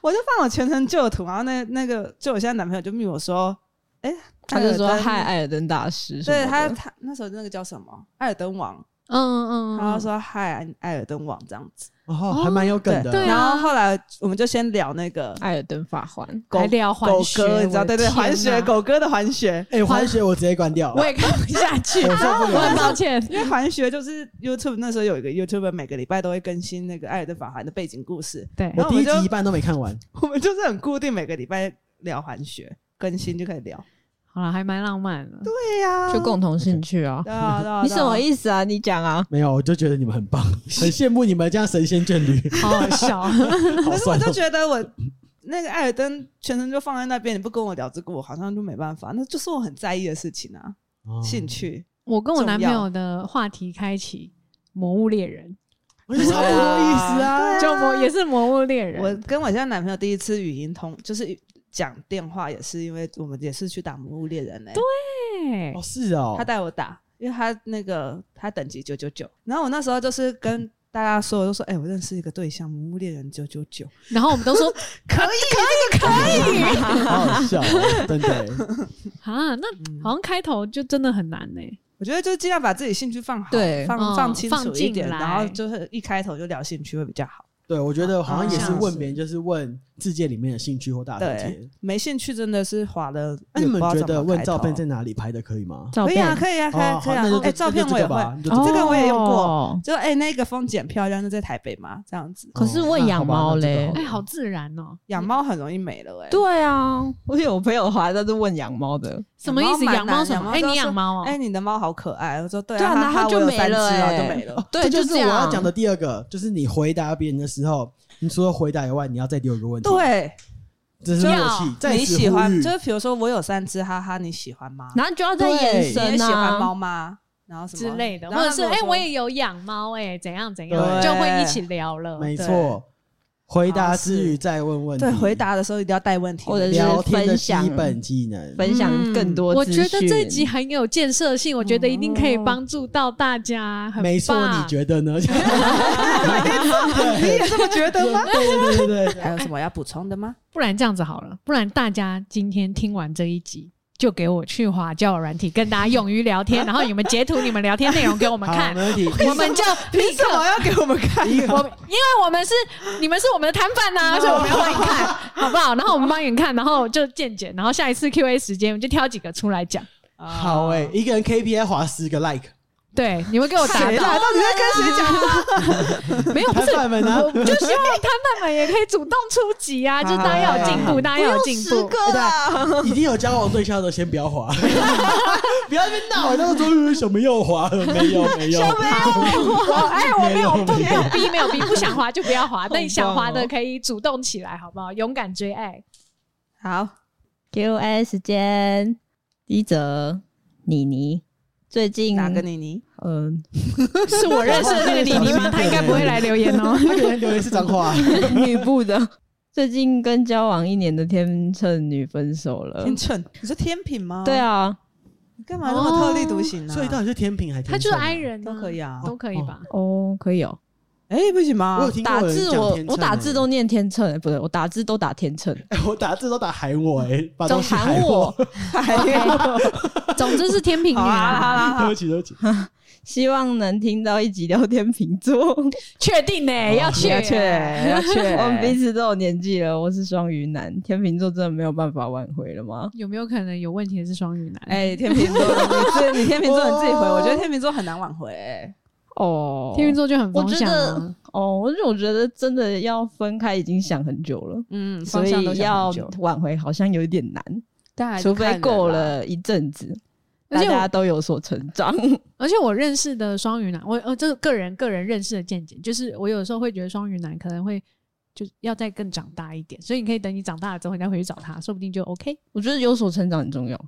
[SPEAKER 1] 我就放我全程旧图，然后那那个就我现在男朋友就密我说，哎、
[SPEAKER 4] 他就说
[SPEAKER 1] 艾尔登
[SPEAKER 4] 嗨，艾尔登大师什么
[SPEAKER 1] 对
[SPEAKER 4] 的，
[SPEAKER 1] 他他那时候那个叫什么艾尔登王，
[SPEAKER 2] 嗯嗯嗯，
[SPEAKER 1] 然后说嗨艾尔登王这样子，
[SPEAKER 3] 哦，还蛮有梗的。
[SPEAKER 2] 对啊
[SPEAKER 1] 然后后来我们就先聊那个
[SPEAKER 4] 艾尔登法 环，
[SPEAKER 1] 狗
[SPEAKER 2] 还聊环
[SPEAKER 1] 狗
[SPEAKER 2] 学
[SPEAKER 1] 哥，你知道
[SPEAKER 2] 我的
[SPEAKER 1] 对对
[SPEAKER 2] 天
[SPEAKER 1] 环
[SPEAKER 2] 哪
[SPEAKER 1] 学狗哥的环学，
[SPEAKER 3] 哎，环学我直接关掉，
[SPEAKER 2] 我也看不下去，
[SPEAKER 3] 我受不
[SPEAKER 2] 我很
[SPEAKER 3] 了。
[SPEAKER 2] 抱歉。
[SPEAKER 1] 因为环学就是 YouTube 那时候有一个 YouTube 每个礼拜都会更新那个艾尔登法环的背景故事，
[SPEAKER 2] 对，
[SPEAKER 3] 我
[SPEAKER 1] 然后
[SPEAKER 3] 第
[SPEAKER 1] 我
[SPEAKER 3] 一
[SPEAKER 1] 就
[SPEAKER 3] 集一半都没看完，
[SPEAKER 1] 我们就是很固定每个礼拜聊环学更新就可以聊。
[SPEAKER 2] 好了，还蛮浪漫的。
[SPEAKER 1] 对呀
[SPEAKER 4] 就共同兴趣啊。
[SPEAKER 1] 对啊对啊，
[SPEAKER 4] 你什么意思啊？你讲啊。
[SPEAKER 3] 没有，我就觉得你们很棒，很羡慕你们这样神仙眷侣，
[SPEAKER 2] 好好笑，
[SPEAKER 3] 好
[SPEAKER 1] 可是我
[SPEAKER 3] 帅
[SPEAKER 1] 就
[SPEAKER 3] 哦。
[SPEAKER 1] 觉得我那个艾尔登全程就放在那边，你不跟我聊这个，我好像就没办法。那就是我很在意的事情啊，
[SPEAKER 3] 哦
[SPEAKER 1] 兴，趣。
[SPEAKER 2] 我跟我男朋友的话题开启《魔物猎人
[SPEAKER 3] 我就差不多意思 啊。
[SPEAKER 1] 对》，
[SPEAKER 2] 就魔也是《魔物猎人》，
[SPEAKER 1] 我跟我现在男朋友第一次语音通，就是讲电话，也是因为我们也是去打《魔物猎人》嘞。对，
[SPEAKER 2] 对
[SPEAKER 3] 哦，是哦
[SPEAKER 1] 他，带我打，因为他那个他等级九九九，然后我那时候就是跟。大家说，我就说，哎、我认识一个对象，《魔物猎人》九九九，
[SPEAKER 2] 然后我们都 说
[SPEAKER 1] 可以，可以，可以。
[SPEAKER 3] 好好笑哦，真的。
[SPEAKER 2] 啊，那
[SPEAKER 1] 嗯
[SPEAKER 2] 好像开头就真的很难呢、
[SPEAKER 1] 我觉得就是尽量把自己兴趣放好，
[SPEAKER 4] 对
[SPEAKER 1] 放、
[SPEAKER 2] 嗯
[SPEAKER 1] 放清楚一点，
[SPEAKER 2] 放进来
[SPEAKER 1] 然后就是一开头就聊兴趣会比较好。
[SPEAKER 3] 对，我觉得好像也是
[SPEAKER 1] 好像
[SPEAKER 3] 问
[SPEAKER 1] 是
[SPEAKER 3] 别人，就是问世界里面的兴趣或大头贴
[SPEAKER 1] 对。，没兴趣真的是划的。
[SPEAKER 3] 那你们
[SPEAKER 1] 也不
[SPEAKER 3] 觉
[SPEAKER 1] 知道怎
[SPEAKER 3] 得
[SPEAKER 1] 么
[SPEAKER 3] 问
[SPEAKER 1] 开头
[SPEAKER 3] 照片在哪里拍的可以吗？
[SPEAKER 2] 照
[SPEAKER 1] 可以啊，
[SPEAKER 2] 片
[SPEAKER 1] 可以啊，可以
[SPEAKER 3] 哦
[SPEAKER 1] 啊，可
[SPEAKER 3] 好
[SPEAKER 1] 以
[SPEAKER 3] 那就
[SPEAKER 1] 啊。哎，照片
[SPEAKER 3] 那就
[SPEAKER 1] 我也
[SPEAKER 3] 这个吧
[SPEAKER 1] 会，
[SPEAKER 3] 就这
[SPEAKER 1] 这
[SPEAKER 3] 个
[SPEAKER 1] 个我也用过
[SPEAKER 2] 哦
[SPEAKER 1] 就哎那个风景漂亮，那在台北嘛，这样子。
[SPEAKER 4] 可是问养猫嘞
[SPEAKER 3] 哦
[SPEAKER 2] 哎、好自然哦、
[SPEAKER 1] 养猫很容易没了哎。
[SPEAKER 4] 对啊，我有朋友还在这问养猫的，
[SPEAKER 2] 什么意思？
[SPEAKER 1] 养
[SPEAKER 2] 养
[SPEAKER 1] 猫
[SPEAKER 2] 猫
[SPEAKER 1] 蛮难
[SPEAKER 2] 什么？
[SPEAKER 1] 养猫
[SPEAKER 2] 哎、
[SPEAKER 1] 都
[SPEAKER 2] 你
[SPEAKER 1] 是
[SPEAKER 2] 养猫哦、
[SPEAKER 1] 哎，你的猫好可爱。我说对
[SPEAKER 4] 嗯对啊然后
[SPEAKER 1] 它
[SPEAKER 4] 就
[SPEAKER 1] 我有
[SPEAKER 4] 没
[SPEAKER 1] 三只
[SPEAKER 4] 了
[SPEAKER 1] 哦
[SPEAKER 4] 哎
[SPEAKER 1] 就没 了。
[SPEAKER 4] 对
[SPEAKER 3] 这就
[SPEAKER 4] 就是这
[SPEAKER 3] 我
[SPEAKER 4] 样
[SPEAKER 3] 要讲的第二个，就是你回答别人的时候，你除了回答以外，你要再丢一个问题。，
[SPEAKER 1] 对，
[SPEAKER 3] 这是默契。再
[SPEAKER 1] 你
[SPEAKER 3] 次
[SPEAKER 1] 喜欢
[SPEAKER 3] 呼吁
[SPEAKER 1] 就是比如说我有三只哈哈，你喜欢吗？
[SPEAKER 4] 然后就要再延
[SPEAKER 1] 你也
[SPEAKER 4] 伸
[SPEAKER 1] 喜欢
[SPEAKER 4] 啊。
[SPEAKER 1] 猫吗？然后什么
[SPEAKER 2] 之类的，
[SPEAKER 1] 然后
[SPEAKER 2] 或者
[SPEAKER 1] 他
[SPEAKER 2] 是
[SPEAKER 1] 跟
[SPEAKER 2] 哎、
[SPEAKER 1] 说
[SPEAKER 2] 我也有养猫哎，怎样怎
[SPEAKER 3] 对
[SPEAKER 2] 样，就会一起聊了。
[SPEAKER 3] 没
[SPEAKER 1] 对
[SPEAKER 3] 错。回答之余再问问题，
[SPEAKER 1] 对回答的时候一定要带问题，
[SPEAKER 4] 或者是
[SPEAKER 3] 聊天的
[SPEAKER 4] 分享
[SPEAKER 3] 基本技能。
[SPEAKER 4] 分享嗯更多
[SPEAKER 2] 我
[SPEAKER 4] 资
[SPEAKER 2] 觉
[SPEAKER 4] 讯
[SPEAKER 2] 得这集很有建设性，我觉得一定可以帮助到大家，很
[SPEAKER 3] 没错，
[SPEAKER 2] 棒
[SPEAKER 3] 你觉得呢？你也这么觉得吗？对对对 对，
[SPEAKER 1] 还有什么要补充的吗？
[SPEAKER 2] 不然这样子好了，不然大家今天听完这一集，就给我去华交友软体跟大家勇于聊 天，然后你们截图你们聊天内容给我们
[SPEAKER 3] 好，
[SPEAKER 2] 看
[SPEAKER 3] 没，问题。
[SPEAKER 2] 我们就立刻，
[SPEAKER 1] 要给我们看
[SPEAKER 3] 一
[SPEAKER 2] 我
[SPEAKER 3] 个
[SPEAKER 2] 们因为我们是你们是我们的摊贩呐，所以我们要帮你看，好不好？然后我们帮你看，然后就见解，然后下一次 Q&A 时间我们就挑几个出来讲。
[SPEAKER 3] 好哎、一个人 KPI 划十个 like，
[SPEAKER 2] 对，你们给我打
[SPEAKER 1] 谁
[SPEAKER 2] 到
[SPEAKER 1] 啦？到底在跟谁讲话？
[SPEAKER 2] 没有？不
[SPEAKER 3] 摊
[SPEAKER 2] 是，
[SPEAKER 3] 贩们呢？
[SPEAKER 2] 我就希望摊贩们也可以主动出击啊！就大家要有进
[SPEAKER 3] 好好
[SPEAKER 2] 步，大家要有进
[SPEAKER 4] 十
[SPEAKER 2] 步
[SPEAKER 4] 个。啊，
[SPEAKER 3] 已经有交往对象的，先不要划，不要在那边闹，那个说什么又划了，没有没有，
[SPEAKER 1] 哦
[SPEAKER 2] 哎，我没有不
[SPEAKER 3] 没有
[SPEAKER 2] 没有逼没有逼，不想滑就不要滑。但你想滑
[SPEAKER 4] 棒
[SPEAKER 2] 的
[SPEAKER 4] 哦
[SPEAKER 2] 可以主动起来，好不好？勇敢追爱。
[SPEAKER 1] 好，
[SPEAKER 4] Q A 时间，第一则，妮妮最近
[SPEAKER 1] 哪个妮妮？
[SPEAKER 4] 嗯，
[SPEAKER 2] 是我认识的那个你你 吗？他应该不会来留言哦。
[SPEAKER 3] 他可能留言是脏话，
[SPEAKER 4] 女部的， 最近跟交往一年的天秤女分手了
[SPEAKER 1] 天。秤？你说天平吗？
[SPEAKER 4] 对，啊，
[SPEAKER 1] 你干嘛那么特立独行呢？
[SPEAKER 3] 哦所以到底是天平还是啊
[SPEAKER 2] 他就是 I 人，
[SPEAKER 1] 都可以，啊。
[SPEAKER 2] 都可以吧？
[SPEAKER 4] 哦，可以哦。
[SPEAKER 1] 哎，不行
[SPEAKER 3] 我
[SPEAKER 1] 吗
[SPEAKER 3] 有？听过
[SPEAKER 4] 打
[SPEAKER 3] 有人
[SPEAKER 4] 字
[SPEAKER 3] 讲
[SPEAKER 4] 我
[SPEAKER 3] 天秤
[SPEAKER 4] 我打
[SPEAKER 3] 欸
[SPEAKER 4] 字都念天秤，不对，我打字都打天秤，
[SPEAKER 3] 我打字都打喊我哎、把
[SPEAKER 4] 总
[SPEAKER 3] 东西
[SPEAKER 4] 啊喊
[SPEAKER 3] 喊
[SPEAKER 4] 我。。
[SPEAKER 1] 还有
[SPEAKER 2] 哦 总之是天平女
[SPEAKER 1] 好啦好
[SPEAKER 2] 啊，
[SPEAKER 1] 啦好啦
[SPEAKER 3] 对不，起对不起，
[SPEAKER 4] 希望能听到一集聊天平座。
[SPEAKER 2] 确定呢，哦要去
[SPEAKER 1] 要去要去，
[SPEAKER 4] 我们彼此都有年纪了，我是双鱼男，天秤座真的没有办法挽回了吗？
[SPEAKER 2] 有没有可能有问题的是双鱼男？
[SPEAKER 1] 哎，天秤座，你自你天秤座你自己回，我觉得天秤座很难挽回。哎
[SPEAKER 4] 哦
[SPEAKER 2] 天秤座就很
[SPEAKER 4] 我
[SPEAKER 2] 风
[SPEAKER 4] 觉
[SPEAKER 2] 向
[SPEAKER 4] 得
[SPEAKER 2] 啊。
[SPEAKER 4] 哦，我我觉得真的要分开已经想很久了，
[SPEAKER 1] 嗯，
[SPEAKER 4] 所
[SPEAKER 1] 方向都
[SPEAKER 4] 以
[SPEAKER 1] 想
[SPEAKER 4] 要
[SPEAKER 1] 很久
[SPEAKER 4] 挽回好像有一点难，
[SPEAKER 1] 但还是
[SPEAKER 4] 除非
[SPEAKER 1] 看人啦
[SPEAKER 4] 过了一阵子。
[SPEAKER 2] 而
[SPEAKER 4] 大
[SPEAKER 2] 且我
[SPEAKER 4] 家都有所成长，
[SPEAKER 2] 而且我认识的双鱼男，我呃，这是个人个人认识的见解，就是我有时候会觉得双鱼男可能会就要再更长大一点，所以你可以等你长大了之后，你再回去找他，说不定就 OK。
[SPEAKER 4] 我觉得有所成长很重要。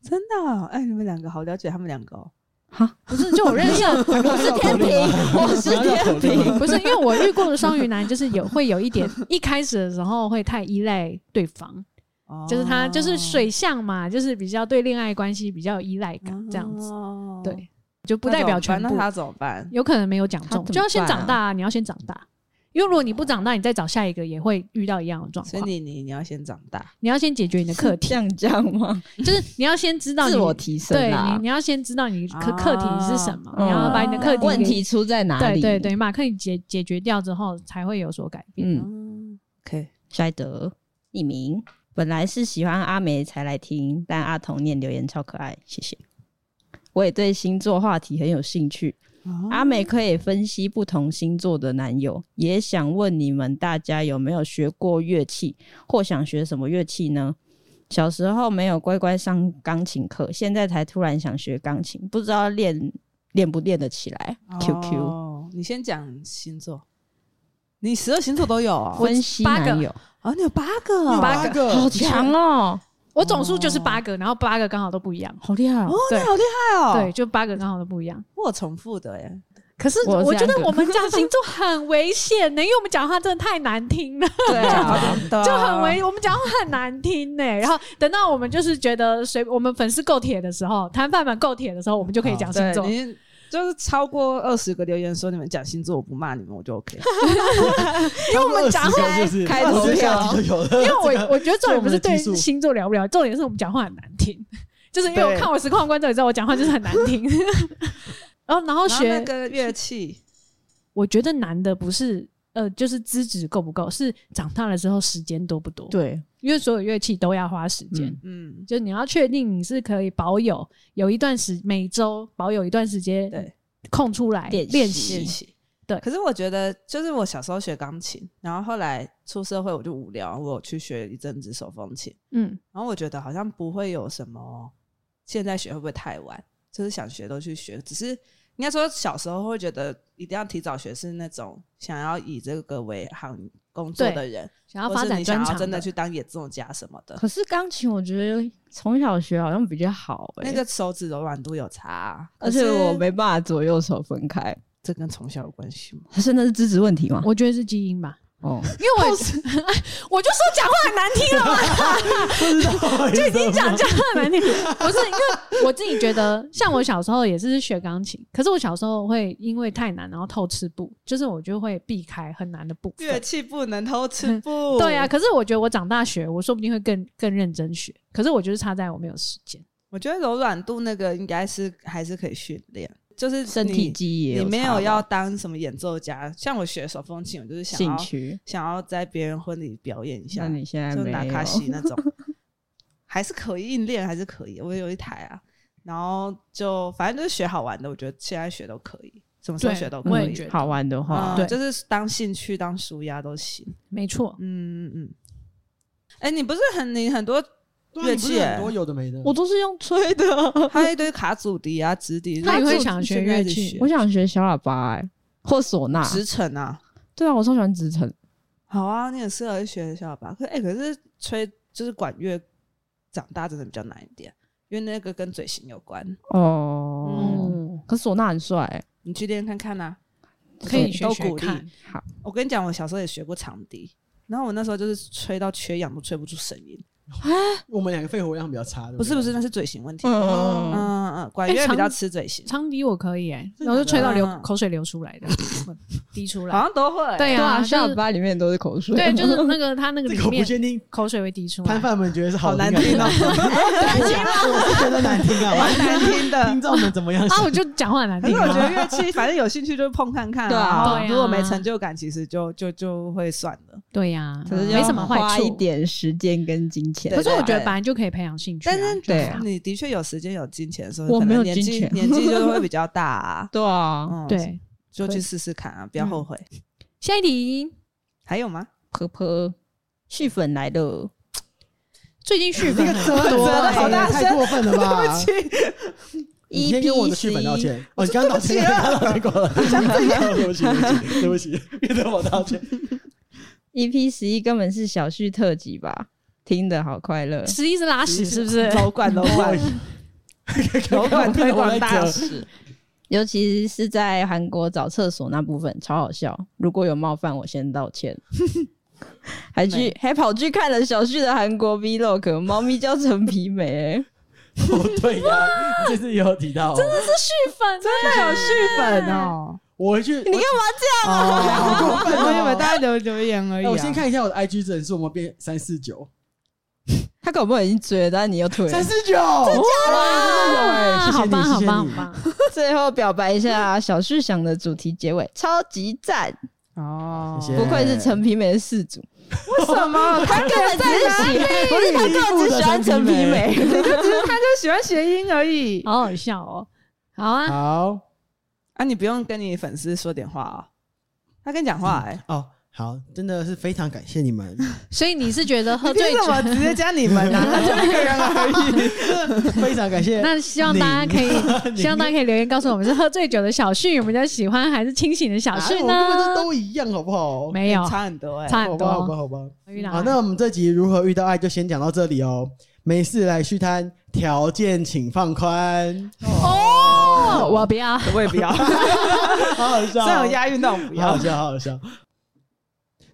[SPEAKER 1] 真的啊。哎，你们两个好了解他们两个哦。
[SPEAKER 4] 哈，
[SPEAKER 2] 不是，就我认 识的，
[SPEAKER 4] 我是天平， 我是天 平，
[SPEAKER 2] 不是因为我遇过的双鱼男，就是有会有一 点，一开始的时候会太依赖对方，
[SPEAKER 1] 哦
[SPEAKER 2] 就是他
[SPEAKER 4] 哦
[SPEAKER 2] 就是水象嘛，就是比较对恋爱关系比较有依赖感这样子。
[SPEAKER 1] 哦
[SPEAKER 2] 对，就不代表全
[SPEAKER 1] 那
[SPEAKER 2] 部
[SPEAKER 1] 怎么办。那他怎么办？
[SPEAKER 2] 有可能没有讲
[SPEAKER 4] 他
[SPEAKER 2] 中，
[SPEAKER 4] 怎么
[SPEAKER 2] 就要先
[SPEAKER 4] 办
[SPEAKER 2] 长
[SPEAKER 4] 啊
[SPEAKER 2] 大、啊，你要先长大。因为如果你不长大，你再找下一个也会遇到一样的状
[SPEAKER 1] 所以
[SPEAKER 2] 况。
[SPEAKER 1] 你你你要先长大，
[SPEAKER 2] 你要先解决你的课
[SPEAKER 4] 这
[SPEAKER 2] 题，
[SPEAKER 4] 样这样吗？
[SPEAKER 2] 就是你要先知道你
[SPEAKER 4] 自我提升
[SPEAKER 2] 对
[SPEAKER 4] 啦
[SPEAKER 2] 你，你要先知道你课课题是什么，
[SPEAKER 4] 嗯
[SPEAKER 2] 你要把你的课题
[SPEAKER 4] 问
[SPEAKER 2] 给
[SPEAKER 4] 题出在哪
[SPEAKER 2] 对
[SPEAKER 4] 里？
[SPEAKER 2] 对对，，你把课题解解决掉之后，才会有所改变。
[SPEAKER 4] 嗯，
[SPEAKER 1] 嗯，OK，
[SPEAKER 4] 衰德匿名，本来是喜欢阿梅才来听，但阿童念留言超可爱，谢谢。我也对星座话题很有兴趣，
[SPEAKER 1] 哦
[SPEAKER 4] 阿美可以分析不同星座的男友，也想问你们大家有没有学过乐器，或想学什么乐器呢？小时候没有乖乖上钢琴课，现在才突然想学钢琴，不知道练练不练得起来。QQ、
[SPEAKER 1] 哦你先讲星座，你十二星座都有啊？
[SPEAKER 4] 分析
[SPEAKER 2] 八个
[SPEAKER 4] 男友，
[SPEAKER 1] 啊，你有八个啊？
[SPEAKER 2] 八
[SPEAKER 3] 八
[SPEAKER 2] 个
[SPEAKER 3] 个
[SPEAKER 4] 好强哦，
[SPEAKER 2] 我总数就是八个，然后八个刚好都不一样。
[SPEAKER 4] 好厉害、哦！
[SPEAKER 1] 哦，你
[SPEAKER 2] 对
[SPEAKER 1] 好厉害哦！
[SPEAKER 2] 对，，就八个刚好都不一样。
[SPEAKER 1] 我有重复的耶。
[SPEAKER 2] 可是
[SPEAKER 4] 我
[SPEAKER 2] 我觉得
[SPEAKER 4] 三个
[SPEAKER 2] 我们讲星座很危险呢，因为我们讲话真的太难听了。
[SPEAKER 4] 对啊，
[SPEAKER 1] 就
[SPEAKER 2] 就很危，我们讲话很难听呢、然后等到我们就是觉得随我们粉丝够铁的时候，摊贩们够铁的时候，我们就可以讲星座。
[SPEAKER 1] 哦对，你就是超过二十个留言说你们讲星座，我不骂你们，我就 OK。
[SPEAKER 3] 因为我
[SPEAKER 2] 们讲话
[SPEAKER 3] 就是
[SPEAKER 4] 开投票
[SPEAKER 3] 我觉得下集就有了。
[SPEAKER 2] 因为我我觉得重点不是对
[SPEAKER 3] 这我们的技术
[SPEAKER 2] 星座聊不聊，重点是我们讲话很难听。就是因为我
[SPEAKER 1] 对
[SPEAKER 2] 看我实况观众也知道，我讲话就是很难听。 然后然后
[SPEAKER 1] 然后
[SPEAKER 2] 学，
[SPEAKER 1] 那个乐器，
[SPEAKER 2] 我觉得难的不是呃，就是资质够不够，是长大了之后时间多不多。，
[SPEAKER 4] 对，
[SPEAKER 2] 因为所有乐器都要花时间。
[SPEAKER 4] 嗯
[SPEAKER 1] 嗯，
[SPEAKER 2] 就你要确定你是可以保有有一段时每周保有一段时间
[SPEAKER 1] 对
[SPEAKER 2] 空出来
[SPEAKER 4] 练习
[SPEAKER 2] 练
[SPEAKER 1] 练
[SPEAKER 2] 习，
[SPEAKER 1] 习。
[SPEAKER 2] 对
[SPEAKER 1] 可是我觉得，就是我小时候学钢琴，然后后来出社会我就无聊，我有去学一阵子手风琴，
[SPEAKER 2] 嗯，
[SPEAKER 1] 然后我觉得好像不会有什么，现在学会不会太晚？就是想学都去学，只是应该说小时候会觉得一定要提早学，是那种想要以这个为行工作
[SPEAKER 2] 对
[SPEAKER 1] 的人，
[SPEAKER 2] 想要
[SPEAKER 1] 或
[SPEAKER 2] 发
[SPEAKER 1] 是
[SPEAKER 2] 展
[SPEAKER 1] 你
[SPEAKER 2] 专
[SPEAKER 1] 想要
[SPEAKER 2] 长
[SPEAKER 1] 真的去当演奏家什么的，
[SPEAKER 4] 可是钢琴，我觉得从小学好像比较好、欸，
[SPEAKER 1] 那个手指柔软度有差啊、
[SPEAKER 4] 而且我
[SPEAKER 1] 没，
[SPEAKER 4] 没办法左右手分开，
[SPEAKER 1] 这跟从小有关系吗？
[SPEAKER 4] 真的是资质问题吗？
[SPEAKER 2] 我觉得是基因吧，
[SPEAKER 4] 哦，
[SPEAKER 2] 因为我 哎我就说讲话很难听了嘛，
[SPEAKER 3] 就已
[SPEAKER 2] 已经讲讲话很难听，不是因为我自己觉得，像我小时候也是学钢琴，可是我小时候会因为太难，然后偷吃步，就是我就会避开很难的部
[SPEAKER 1] 乐
[SPEAKER 2] 分。
[SPEAKER 1] 器不能偷 吃不？
[SPEAKER 2] 对啊，，可是我觉得我长大学，我说不定会更更认真学。可是我就是差在我没有时间。
[SPEAKER 1] 我觉得柔软度那个应该是还是可以训练，就是
[SPEAKER 4] 身体
[SPEAKER 1] 你
[SPEAKER 4] 记忆也
[SPEAKER 1] 你没
[SPEAKER 4] 差吧
[SPEAKER 1] 有要当什么演奏家，像我学手风琴，我就是想
[SPEAKER 4] 兴
[SPEAKER 1] 要
[SPEAKER 4] 趣，
[SPEAKER 1] 想要在别人婚礼表演一下
[SPEAKER 4] 那，你现在
[SPEAKER 1] 就
[SPEAKER 4] 没
[SPEAKER 1] 拿
[SPEAKER 4] 有
[SPEAKER 1] 卡西 那种，还是可以硬练，还是可以。我有一台啊，然后就反正就是学好玩的，我觉得现在学都可以，什么时候
[SPEAKER 2] 对
[SPEAKER 1] 学都
[SPEAKER 2] 我
[SPEAKER 1] 可
[SPEAKER 2] 也
[SPEAKER 1] 以。
[SPEAKER 2] 觉得
[SPEAKER 4] 好玩的话，
[SPEAKER 1] 嗯
[SPEAKER 2] 对
[SPEAKER 1] 就是当兴趣、当舒压都行。
[SPEAKER 2] 没错，
[SPEAKER 1] 嗯嗯嗯。哎、你不是很你很多乐
[SPEAKER 3] 乐
[SPEAKER 1] 器哎
[SPEAKER 3] 器
[SPEAKER 1] 耶
[SPEAKER 3] 很多有的没的，
[SPEAKER 4] 我都是用吹的。
[SPEAKER 1] 还有一堆卡祖笛啊、直笛，
[SPEAKER 2] 那你会
[SPEAKER 1] 卡祖
[SPEAKER 2] 想学
[SPEAKER 1] 现在
[SPEAKER 2] 乐
[SPEAKER 1] 一直
[SPEAKER 2] 器
[SPEAKER 1] 学
[SPEAKER 4] 我想学小喇叭、欸，或唢呐。
[SPEAKER 1] 直程啊？
[SPEAKER 4] 对啊，我超喜欢直程。
[SPEAKER 1] 好啊，你很适合去学小喇叭。可哎、可是吹就是管乐，长大真的比较难一点，因为那个跟嘴型有关。
[SPEAKER 4] 哦，
[SPEAKER 2] 嗯
[SPEAKER 1] 嗯
[SPEAKER 4] 可唢呐很帅、欸。
[SPEAKER 1] 你去练看看啊。
[SPEAKER 2] 可以
[SPEAKER 1] 都
[SPEAKER 2] 学学
[SPEAKER 1] 鼓励
[SPEAKER 2] 看。
[SPEAKER 4] 好，
[SPEAKER 1] 我跟你讲，我小时候也学过长笛，然后我那时候就是吹到缺氧都吹不出声音。
[SPEAKER 3] 我们两个肺活量比较差，对
[SPEAKER 1] 不
[SPEAKER 3] 不
[SPEAKER 1] 是
[SPEAKER 3] 对
[SPEAKER 1] 不是，，那是嘴型问题。嗯
[SPEAKER 4] 嗯，
[SPEAKER 1] 嗯嗯，管
[SPEAKER 2] 哎
[SPEAKER 1] 乐比
[SPEAKER 2] 长
[SPEAKER 1] 较吃嘴型，
[SPEAKER 2] 长笛我可以哎、
[SPEAKER 3] 真的
[SPEAKER 2] 然后就吹到流
[SPEAKER 4] 嗯
[SPEAKER 1] 假的
[SPEAKER 2] 口水流出来的，我滴出
[SPEAKER 1] 好
[SPEAKER 2] 来。
[SPEAKER 1] 像都会。
[SPEAKER 2] 对
[SPEAKER 4] 对啊，
[SPEAKER 2] 啊，
[SPEAKER 4] 小
[SPEAKER 2] 就
[SPEAKER 4] 喇
[SPEAKER 2] 是
[SPEAKER 4] 叭里面都是口水。
[SPEAKER 2] 对，就是那个它那个
[SPEAKER 3] 这
[SPEAKER 2] 里
[SPEAKER 3] 个我不
[SPEAKER 2] 面
[SPEAKER 3] 确定，
[SPEAKER 2] 口水会滴出
[SPEAKER 3] 摊
[SPEAKER 2] 来。
[SPEAKER 3] 贩们觉得是
[SPEAKER 1] 好
[SPEAKER 3] 好
[SPEAKER 1] 难
[SPEAKER 3] 听
[SPEAKER 1] 听哦
[SPEAKER 3] 啊，
[SPEAKER 2] 哦
[SPEAKER 3] 我是觉得难听啊，
[SPEAKER 1] 蛮难听
[SPEAKER 3] 听
[SPEAKER 1] 的。
[SPEAKER 3] 众们怎么样想？
[SPEAKER 2] 啊，我就讲话很难
[SPEAKER 1] 可是
[SPEAKER 2] 听
[SPEAKER 1] 我觉
[SPEAKER 2] 啊。
[SPEAKER 1] 得乐器，反正有兴趣就碰看看啊。
[SPEAKER 4] 对啊
[SPEAKER 1] 然
[SPEAKER 2] 对
[SPEAKER 1] 后
[SPEAKER 2] 啊
[SPEAKER 1] 如果没成就感，其实就就就会算了。
[SPEAKER 2] 对呀、
[SPEAKER 4] 可是
[SPEAKER 2] 没什么坏
[SPEAKER 4] 要花
[SPEAKER 2] 处
[SPEAKER 4] 一。点时间跟金钱。
[SPEAKER 1] 对
[SPEAKER 2] 可是我觉得
[SPEAKER 1] 对
[SPEAKER 2] 本来就可以培养兴趣、啊，
[SPEAKER 1] 但是
[SPEAKER 4] 对啊
[SPEAKER 1] 你的确有时间有金钱的时候，
[SPEAKER 4] 我
[SPEAKER 1] 可能
[SPEAKER 4] 没有
[SPEAKER 1] 年
[SPEAKER 4] 金
[SPEAKER 1] 纪
[SPEAKER 4] 钱
[SPEAKER 1] 年纪就会比较大啊。
[SPEAKER 4] 对啊，
[SPEAKER 1] 嗯，，
[SPEAKER 2] 哦对。
[SPEAKER 1] 就去试试看啊，不要后悔。
[SPEAKER 2] 下一题，
[SPEAKER 1] 还有吗？
[SPEAKER 4] 婆婆续粉来了，
[SPEAKER 2] 最近续
[SPEAKER 3] 这
[SPEAKER 2] 粉
[SPEAKER 3] 个
[SPEAKER 2] 很
[SPEAKER 3] 折
[SPEAKER 1] 折
[SPEAKER 3] 折
[SPEAKER 1] 得好大声
[SPEAKER 3] 哎太过分了吧？
[SPEAKER 1] 对不起，E
[SPEAKER 3] 你先跟我的剧本道歉。哦，你刚刚道 歉，
[SPEAKER 1] 对不
[SPEAKER 3] 你
[SPEAKER 1] 起啊
[SPEAKER 3] 刚刚道歉过了， 对不起，对不起，对不起，跟我道歉。
[SPEAKER 4] EP E 十一根本是小旭特辑吧？听得好快乐，
[SPEAKER 2] 十一是拉屎是不是？
[SPEAKER 1] 楼管楼 管楼管推广大使，
[SPEAKER 4] 尤其是在韩国找厕所那部分超好笑。如果有冒犯，我先道歉。 还去还跑去看了小旭的韩国 Vlog，猫咪叫陈皮梅、欸
[SPEAKER 3] 哦， 对呀、你这次也有提到、哦，
[SPEAKER 2] 这是续粉，真
[SPEAKER 1] 真的有续粉哦，
[SPEAKER 3] 我回去你干嘛？
[SPEAKER 1] 哦，我以为大家留留言而已
[SPEAKER 3] 哎
[SPEAKER 1] 啊。
[SPEAKER 3] 我先看一下我的 IG 整数，我们变三四九，
[SPEAKER 4] 他搞不好已经追了，但是你又退了
[SPEAKER 3] 三。四九，真
[SPEAKER 2] 啊
[SPEAKER 3] 的
[SPEAKER 2] 好
[SPEAKER 3] 真的
[SPEAKER 2] 棒，好
[SPEAKER 3] 有哎，谢谢
[SPEAKER 2] 棒，好
[SPEAKER 3] 你，谢谢你。
[SPEAKER 2] 棒！
[SPEAKER 4] 最后表白一下小旭想的主题结尾，超级赞！
[SPEAKER 1] 哦，
[SPEAKER 3] 谢谢
[SPEAKER 4] 不愧是陈皮梅的事主，
[SPEAKER 1] 为什么？
[SPEAKER 4] 他根本只是喜欢，不是他根本只喜欢陈皮梅。
[SPEAKER 1] 只是他就喜欢谐音而已。
[SPEAKER 2] 好好笑哦。好啊，
[SPEAKER 3] 好
[SPEAKER 1] 啊，你不用跟你粉丝说点话啊，他跟你讲话哎，
[SPEAKER 3] 哦，好，真的是非常感谢你们。
[SPEAKER 2] 所以你是觉得喝
[SPEAKER 1] 你凭
[SPEAKER 2] 醉酒
[SPEAKER 1] 什？么直接加你们啊？他就一个人而已。
[SPEAKER 3] 非常感谢。
[SPEAKER 2] 那希望大家可以， 希望大家可以留言告诉我们，是喝醉酒的小旭，我们比较喜欢，还是清醒的小
[SPEAKER 3] 啊
[SPEAKER 2] 旭
[SPEAKER 3] 我们这
[SPEAKER 2] 呢？
[SPEAKER 3] 都一样，好不好？
[SPEAKER 2] 没有，
[SPEAKER 1] 差很多哎、
[SPEAKER 2] 差
[SPEAKER 3] 好
[SPEAKER 2] 很
[SPEAKER 3] 吧，好吧，
[SPEAKER 2] 多。
[SPEAKER 3] 好吧。
[SPEAKER 2] 遇到
[SPEAKER 4] 啊
[SPEAKER 3] 好，啊那我们这集如何遇到爱就先讲到这里哦。没事来续摊，条件请放宽。
[SPEAKER 2] 哦，我不要。
[SPEAKER 1] 我也不要，
[SPEAKER 3] 好好笑
[SPEAKER 1] 虽
[SPEAKER 3] 哦，
[SPEAKER 1] 然有押韵，但我不
[SPEAKER 3] 好
[SPEAKER 1] 要
[SPEAKER 3] 好。笑，好好笑。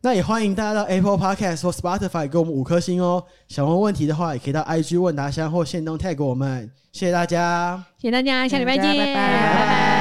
[SPEAKER 3] 那也欢迎大家到 Apple Podcast 或 Spotify 给我们五颗星哦。想问问题的话，也可以到 IG 问答箱或线动 tag 我们。谢谢大家。
[SPEAKER 2] 谢谢大家，下礼拜
[SPEAKER 1] 大家
[SPEAKER 2] 见，
[SPEAKER 1] 拜拜
[SPEAKER 2] 拜拜